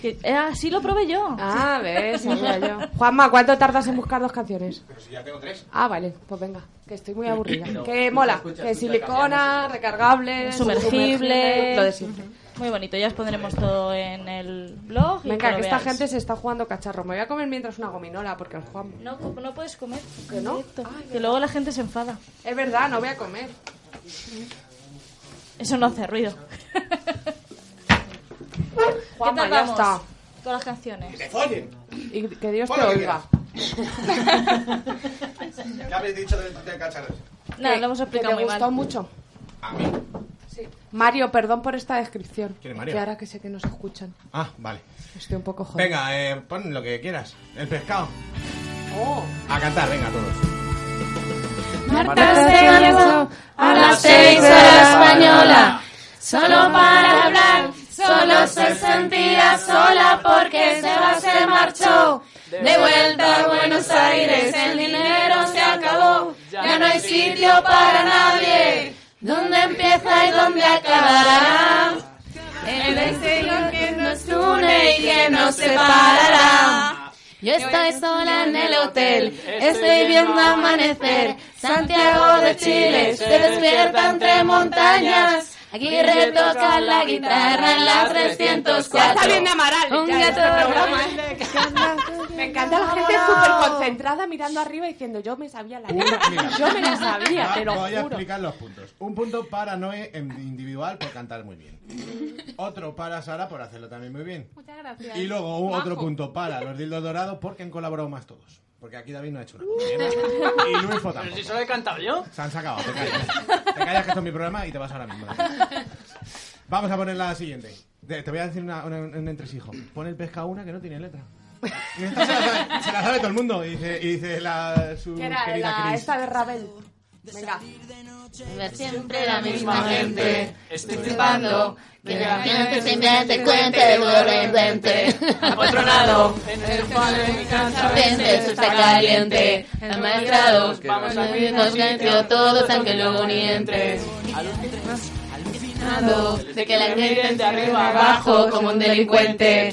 Speaker 6: Que- eh, así lo probé yo.
Speaker 5: Ah, ves, habla yo. Juanma, ¿cuánto tardas en buscar dos canciones?
Speaker 4: Pero si ya tengo tres.
Speaker 5: Ah, vale, pues venga, que estoy muy aburrida.
Speaker 6: No,
Speaker 5: que
Speaker 6: no
Speaker 5: mola,
Speaker 6: escuchas,
Speaker 5: que
Speaker 6: tú
Speaker 5: silicona, recargable,
Speaker 6: Sumergible.
Speaker 5: lo de siempre.
Speaker 6: Muy bonito, ya os pondremos todo en el blog. y
Speaker 5: Venga,
Speaker 6: lo
Speaker 5: que esta
Speaker 6: veáis.
Speaker 5: gente se está jugando cacharro. Me voy a comer mientras una gominola porque el Juan.
Speaker 6: No, no puedes comer.
Speaker 5: ¿Que no?
Speaker 6: Directo. que luego la gente se enfada.
Speaker 5: Es verdad, no voy a comer.
Speaker 6: Eso no hace ruido.
Speaker 5: Juanma,
Speaker 6: ¿Qué tal
Speaker 5: ya
Speaker 6: vamos
Speaker 5: está.
Speaker 6: Con las canciones.
Speaker 5: Y que Dios te
Speaker 6: Pon lo que
Speaker 5: oiga.
Speaker 4: ¿Qué habéis dicho de, de cacharros?
Speaker 6: Nada,
Speaker 5: Que-
Speaker 6: lo hemos
Speaker 5: que
Speaker 6: explicado
Speaker 5: te
Speaker 6: muy mal.
Speaker 5: gustó mucho.
Speaker 4: A mí.
Speaker 5: Mario, perdón por esta descripción.
Speaker 4: ¿Quién es Mario?
Speaker 5: Que ahora que sé que nos escuchan.
Speaker 4: Ah, vale.
Speaker 5: Estoy un poco jodido.
Speaker 4: Venga, eh, pon lo que quieras. El pescado.
Speaker 5: Oh.
Speaker 4: A cantar, venga, todos.
Speaker 16: Marta se lanzó
Speaker 1: a las seis a la española, solo para hablar, solo se sentía sola porque Seba se marchó. De vuelta a Buenos Aires, el dinero se acabó, ya no hay sitio para nadie. ¿Dónde empieza y dónde acabará? El destino que nos une y que nos separará. Yo estoy sola en el hotel, estoy viendo amanecer. Santiago de Chile se despierta entre montañas. Aquí retoca la guitarra en la 304.
Speaker 5: Ya está bien de Amaral.
Speaker 1: Un
Speaker 5: ya, este
Speaker 1: gato
Speaker 5: programa,
Speaker 1: bravo.
Speaker 5: ¿eh? Me encanta la gente súper concentrada mirando arriba diciendo yo me sabía la letra. Yo me la sabía,
Speaker 4: Va-
Speaker 5: te lo
Speaker 4: Voy a
Speaker 5: juro.
Speaker 4: explicar los puntos. Un punto para Noé en individual por cantar muy bien. Otro para Sara por hacerlo también muy bien.
Speaker 1: Muchas gracias.
Speaker 4: Y luego un otro punto para los dildos dorados porque han colaborado más todos. Porque aquí David no ha hecho nada. Y Luis Fotán.
Speaker 14: Pero si solo he cantado yo.
Speaker 4: Se han sacado, te callas. Te callas que esto es mi programa y te vas ahora mismo. Vamos a poner la siguiente. Te te voy a decir una- una- un entresijo. Pon el pescado una que no tiene letra. Y esta se, la sabe, se la sabe todo el mundo. Y dice, y dice la, su
Speaker 5: Que era
Speaker 4: querida
Speaker 5: la,
Speaker 4: Cris.
Speaker 5: esta de Ravel. Venga.
Speaker 2: Ver siempre la misma gente.
Speaker 7: Estoy
Speaker 2: flipando. Que la gente se me hace cuenta de lo repente. Apotronado.
Speaker 1: En el cual me
Speaker 2: La gente se está caliente. Amaestrados. Vamos a irnos dentro todos aunque luego ni entres. Alucinado. De que la gente de arriba abajo como un delincuente.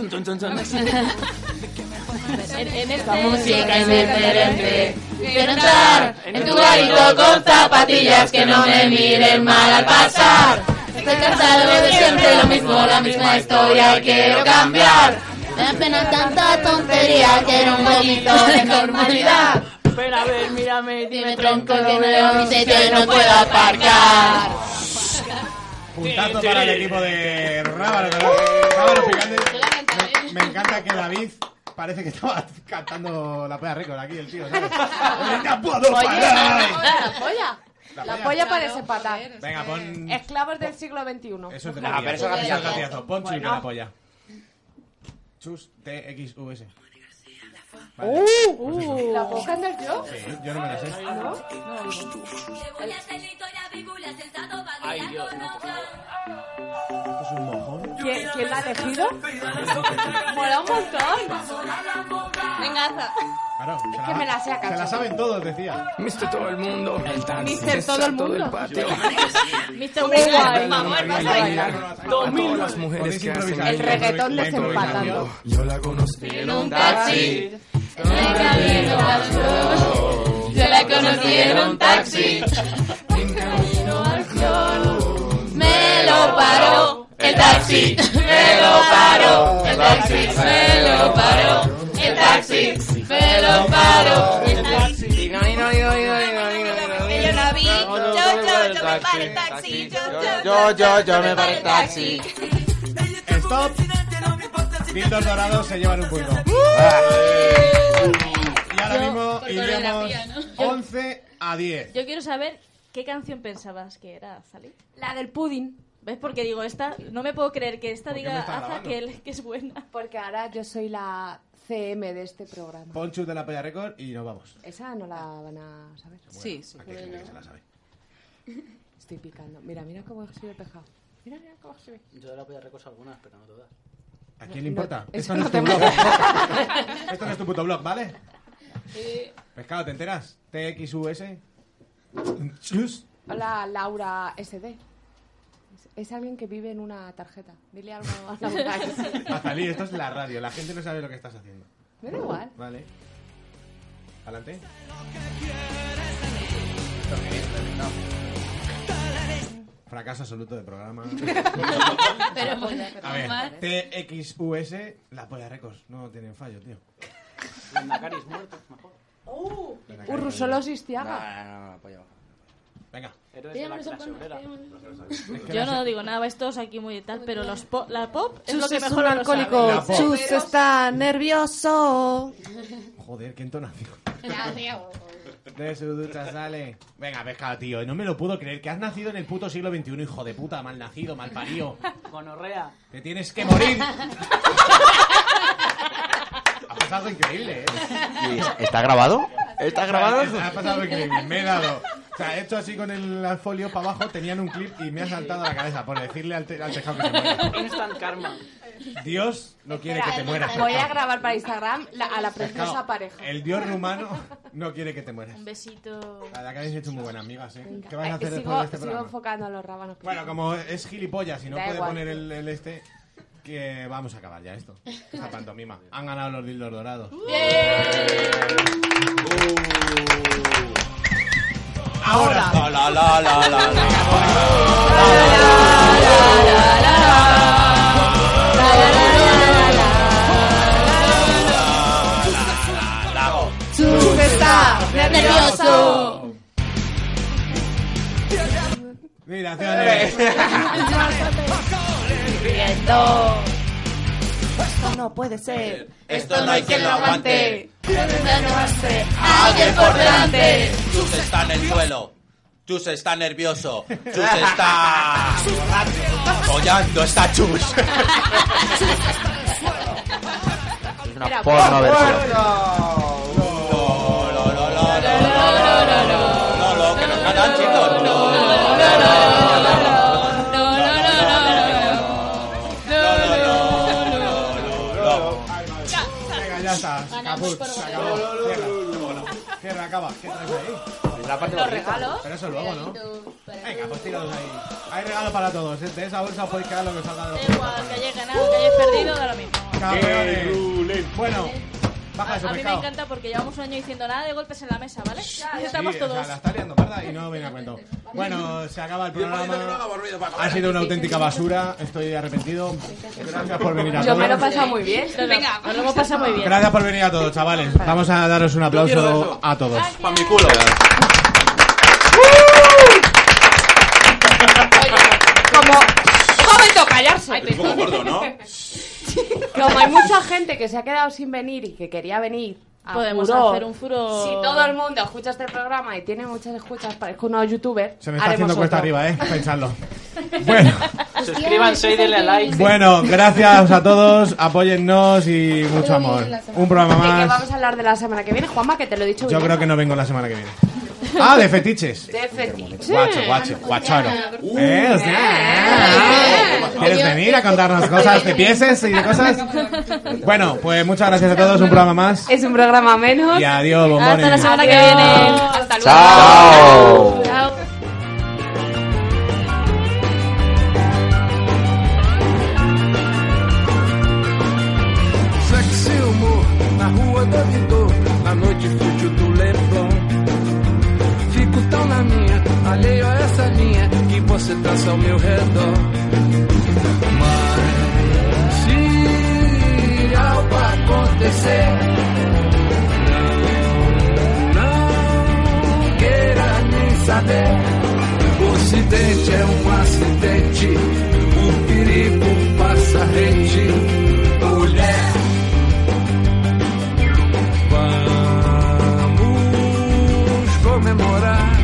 Speaker 6: En, en
Speaker 2: La
Speaker 6: este
Speaker 2: música es diferente. Quiero entrar en tu garito con zapatillas que no me miren mal al pasar. Estoy cansado de siempre lo mismo, la misma historia. Quiero cambiar. Me da pena tanta tontería, quiero un poquito de normalidad.
Speaker 7: Ven a ver, mírame y
Speaker 2: Dime tronco que no veo mi sitio y no puedo aparcar.
Speaker 4: Puntazo para el equipo de Rábano. que lo- Rábano Picante. Me, me encanta que David parece que estaba cantando la pea récord aquí, el tío. ¿sabes? ¡Venga, puedo parar!
Speaker 5: La polla. La,
Speaker 4: polla.
Speaker 5: polla parece patar.
Speaker 4: Venga, pon.
Speaker 5: Esclavos del siglo XXI.
Speaker 4: Eso es de
Speaker 3: Nah,
Speaker 4: gatillo.
Speaker 3: Ah, pero eso
Speaker 4: Ah, Eso
Speaker 3: es
Speaker 4: es
Speaker 3: gatillo.
Speaker 4: gatillo. Pon chus de
Speaker 3: Bueno.
Speaker 4: la polla. Chus TXVS.
Speaker 5: Uh, uh. ¿La puedo cantar yo?
Speaker 4: Sí, Eh, yo no me la sé.
Speaker 7: Ay, Dios, no
Speaker 4: Esto es un mojón.
Speaker 5: ¿Quién, quién la ha elegido? Mola un montón.
Speaker 9: Venganza.
Speaker 4: Claro, se
Speaker 5: que me la sé a
Speaker 4: Se la
Speaker 5: cachos.
Speaker 4: saben todos, decía. Mister todo el mundo.
Speaker 5: Mister todo el mundo. Mister
Speaker 1: Hombre,
Speaker 5: Uruguay.
Speaker 1: por favor, vas a bailar.
Speaker 5: Dos mil.
Speaker 1: las mujeres que hacen
Speaker 5: El reggaetón desempatando.
Speaker 1: Yo la conocí en
Speaker 2: un taxi. En el camino al sol. Yo la conocí en un taxi. En camino al sol. Me lo paró el taxi. Me lo paró el taxi. Me lo paró el taxi. Me lo paró el taxi.
Speaker 1: Yo la vi. Yo, yo, yo me paré en taxi. Yo, yo,
Speaker 19: yo, yo
Speaker 1: me paré
Speaker 19: en
Speaker 1: taxi.
Speaker 4: Stop. este Víctor Dorado se llevan un punto.
Speaker 5: ¡Uh!
Speaker 4: Y ahora mismo iríamos
Speaker 6: coreografía, ¿no?
Speaker 4: 11 a 10.
Speaker 6: Yo quiero saber qué canción pensabas que era, Sally. La del pudding. ¿Ves? Porque digo, esta, no me puedo creer que esta
Speaker 4: ¿Por qué me
Speaker 6: diga
Speaker 4: está
Speaker 6: Aza
Speaker 4: grabando?
Speaker 6: que, él- que es buena.
Speaker 5: Porque ahora yo soy la CM de este programa.
Speaker 4: Ponchus de la Polla Record y nos vamos.
Speaker 5: Esa no la van a saber.
Speaker 4: Sí, sí. Aquí hay gente que se la sabe.
Speaker 5: Estoy picando. Mira, mira cómo se ve el pescado. Mira, mira cómo se ve.
Speaker 20: Yo la voy a recosar algunas, pero no todas.
Speaker 4: ¿A quién le
Speaker 20: No,
Speaker 4: importa?
Speaker 20: no, eso
Speaker 4: Esto no,
Speaker 20: no
Speaker 4: es
Speaker 20: te
Speaker 4: tu blog.
Speaker 20: mola.
Speaker 4: Esto no es tu puto blog, ¿vale?
Speaker 5: Eh.
Speaker 4: Pescado, ¿te enteras? TXUS. Chus.
Speaker 5: Hola, Laura SD. Es- Es alguien que vive en una tarjeta. Dile algo a Laura.
Speaker 4: Azalí, esto es la radio. La gente no sabe lo que estás haciendo.
Speaker 5: Me da igual.
Speaker 4: Vale. Adelante. Fracaso absoluto de programa.
Speaker 1: Pero bueno,
Speaker 4: A ver, TXUS, la polla récords. No tienen fallo, tío.
Speaker 20: Nacaris muerto, mejor.
Speaker 5: Uh,
Speaker 4: Venga, que-
Speaker 5: Urrusolos Istiaga.
Speaker 4: Venga.
Speaker 20: Héroes de la
Speaker 6: Llamémoslo
Speaker 20: clase
Speaker 6: con-
Speaker 20: obrera.
Speaker 6: llamémoslo.
Speaker 4: Es que
Speaker 6: Yo
Speaker 4: la
Speaker 6: no
Speaker 4: se-
Speaker 6: digo nada, esto es aquí muy tal, pero los po- la pop es
Speaker 14: Chus
Speaker 6: lo que
Speaker 14: es
Speaker 6: mejor
Speaker 14: un
Speaker 6: lo sabe.
Speaker 14: alcohólico. Chus está nervioso.
Speaker 4: Joder, qué entonación.
Speaker 1: Ya, tío.
Speaker 4: De su ducha sale. Venga, pescado, tío. No me lo puedo creer. Que has nacido en el puto siglo XXI, hijo de puta. Mal nacido, mal parido.
Speaker 20: Gonorrea.
Speaker 4: Te tienes que morir. ha pasado algo increíble, ¿eh?
Speaker 19: ¿Está grabado? ¿Está grabado?
Speaker 4: Ha ha pasado algo increíble. Me he dado. O sea, he hecho así con el folio para abajo. Tenían un clip y me ha saltado a la cabeza por decirle al, te- al tejado que se muera.
Speaker 20: Instant karma.
Speaker 4: Dios no quiere que te mueras.
Speaker 5: Voy a grabar para Instagram la- a la preciosa
Speaker 4: Pescado,
Speaker 5: pareja.
Speaker 4: El dios rumano no quiere que te mueras.
Speaker 6: Un besito.
Speaker 4: La verdad que habéis hecho muy buenas amigas, ¿eh? ¿Qué vas a
Speaker 5: Ay,
Speaker 4: hacer después
Speaker 5: sigo,
Speaker 4: de este
Speaker 5: sigo
Speaker 4: programa?
Speaker 5: enfocando a los rábanos.
Speaker 4: Bueno, como es gilipollas y no
Speaker 5: Da
Speaker 4: puede
Speaker 5: igual.
Speaker 4: poner el, el este, que vamos a acabar ya esto. Esta pantomima. Han ganado los dildos dorados. Ahora.
Speaker 19: La, la, la, la, la, la.
Speaker 1: Chus está nervioso.
Speaker 4: Vibraciones.
Speaker 1: Riendo. Esto no puede ser.
Speaker 19: Esto no hay quien lo aguante.
Speaker 1: Alguien por delante.
Speaker 19: Chus está en el suelo.
Speaker 21: Chus está nervioso. Chus está. follando, está Chus.
Speaker 8: Es una porno versión.
Speaker 4: Venga, ya está. Caput, se acabó. Cierra. Cierra, acaba. Cierra eso ahí.
Speaker 22: La parte
Speaker 4: Los
Speaker 22: bonita.
Speaker 4: regalos. Pero eso luego, ¿no? Venga, pues tíralos ahí. Hay regalo para todos. ¿eh? De esa bolsa podéis quedar lo que os haga de los
Speaker 6: Que hayas ganado, que hayas perdido, da lo mismo.
Speaker 4: campeones. Bueno, baja eso,
Speaker 6: A mí me
Speaker 4: pescado.
Speaker 6: encanta porque llevamos un año diciendo nada de golpes en la mesa, ¿vale? Y
Speaker 4: Sí,
Speaker 6: estamos
Speaker 4: o sea,
Speaker 6: todos.
Speaker 4: la está liando parda y no viene a cuento. Bueno, se acaba el programa. Ha sido una auténtica basura. Estoy arrepentido. Gracias por venir a
Speaker 5: Yo me lo he
Speaker 4: todos.
Speaker 5: pasado muy bien. Venga, nos lo hemos pasado muy bien.
Speaker 4: Gracias por venir a todos, chavales. Vamos a daros un
Speaker 12: quiero
Speaker 4: aplauso
Speaker 12: eso.
Speaker 4: a todos.
Speaker 12: Pa' mi culo.
Speaker 5: Como,
Speaker 23: ¡Momento, callarse!
Speaker 5: como hay mucha gente que se ha quedado sin venir y que quería venir. a
Speaker 6: Podemos
Speaker 5: Furor,
Speaker 6: hacer un Furor.
Speaker 5: Si todo el mundo escucha este programa y tiene muchas escuchas, parezco unos youtubers.
Speaker 4: Se me está
Speaker 5: haremos
Speaker 4: haciendo cuesta
Speaker 5: otro.
Speaker 4: arriba, ¿eh? Pensarlo.
Speaker 7: Suscríbanse y denle a like.
Speaker 4: Bueno, gracias a todos. Apóyennos y mucho amor. Un programa
Speaker 5: ¿De qué
Speaker 4: más.
Speaker 5: vamos a hablar de la semana que viene, Juanma? Que te lo he dicho.
Speaker 4: Yo creo que no vengo la semana que viene. Ah, de fetiches.
Speaker 5: De fetiche.
Speaker 4: Guacho, guacho, guacharo. ¿Eh? O sea, ¿eh? ¿Quieres venir a contarnos cosas de pieses y de cosas? Bueno, pues muchas gracias a todos. Un programa más.
Speaker 5: Es un programa menos.
Speaker 4: Y adiós, bombones.
Speaker 5: Hasta la semana que
Speaker 6: Adiós.
Speaker 5: viene.
Speaker 6: Hasta luego.
Speaker 4: Chao.
Speaker 6: Chao.
Speaker 1: Sexy humor na rua da Vidor, na noite fútil do Leblon. Fico tão na minha, alheio a essa linha que você traça ao meu redor. Mas se algo acontecer, não, não queira nem saber. O ocidente é um acidente, o perigo passa rente. Mulher. Vamos comemorar.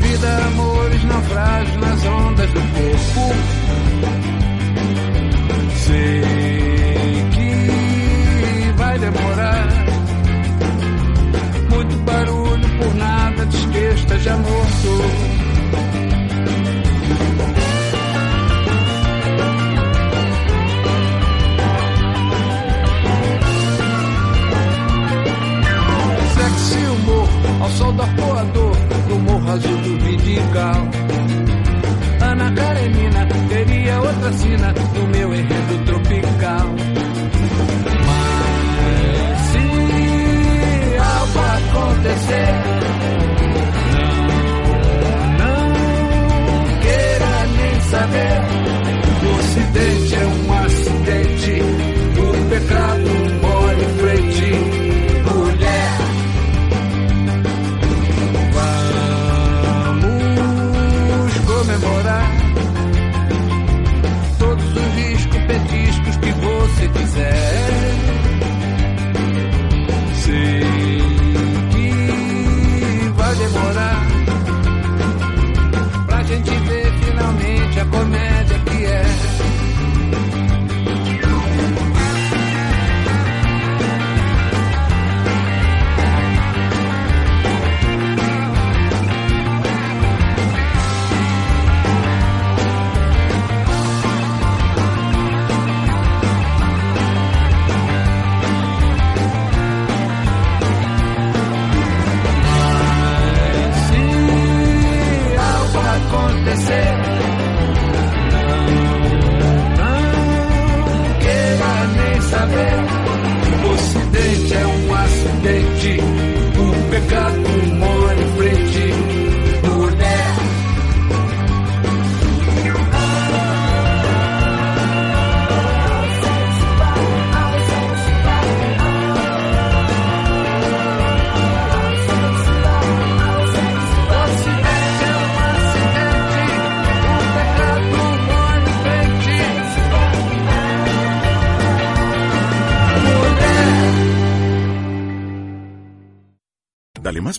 Speaker 1: Vida, amores, naufrágios nas ondas do corpo. Sei que vai demorar. Muito barulho por nada, diz que esteja morto. Sexy humor ao sol do arpoador no morro azul do Vidigal. Ana Karenina teria outra sina no meu enredo tropical. Mas se algo acontecer, não, não queira nem saber. O ocidente é um acidente, o pecado mora em frente, mulher. Vamos é.
Speaker 24: Dale más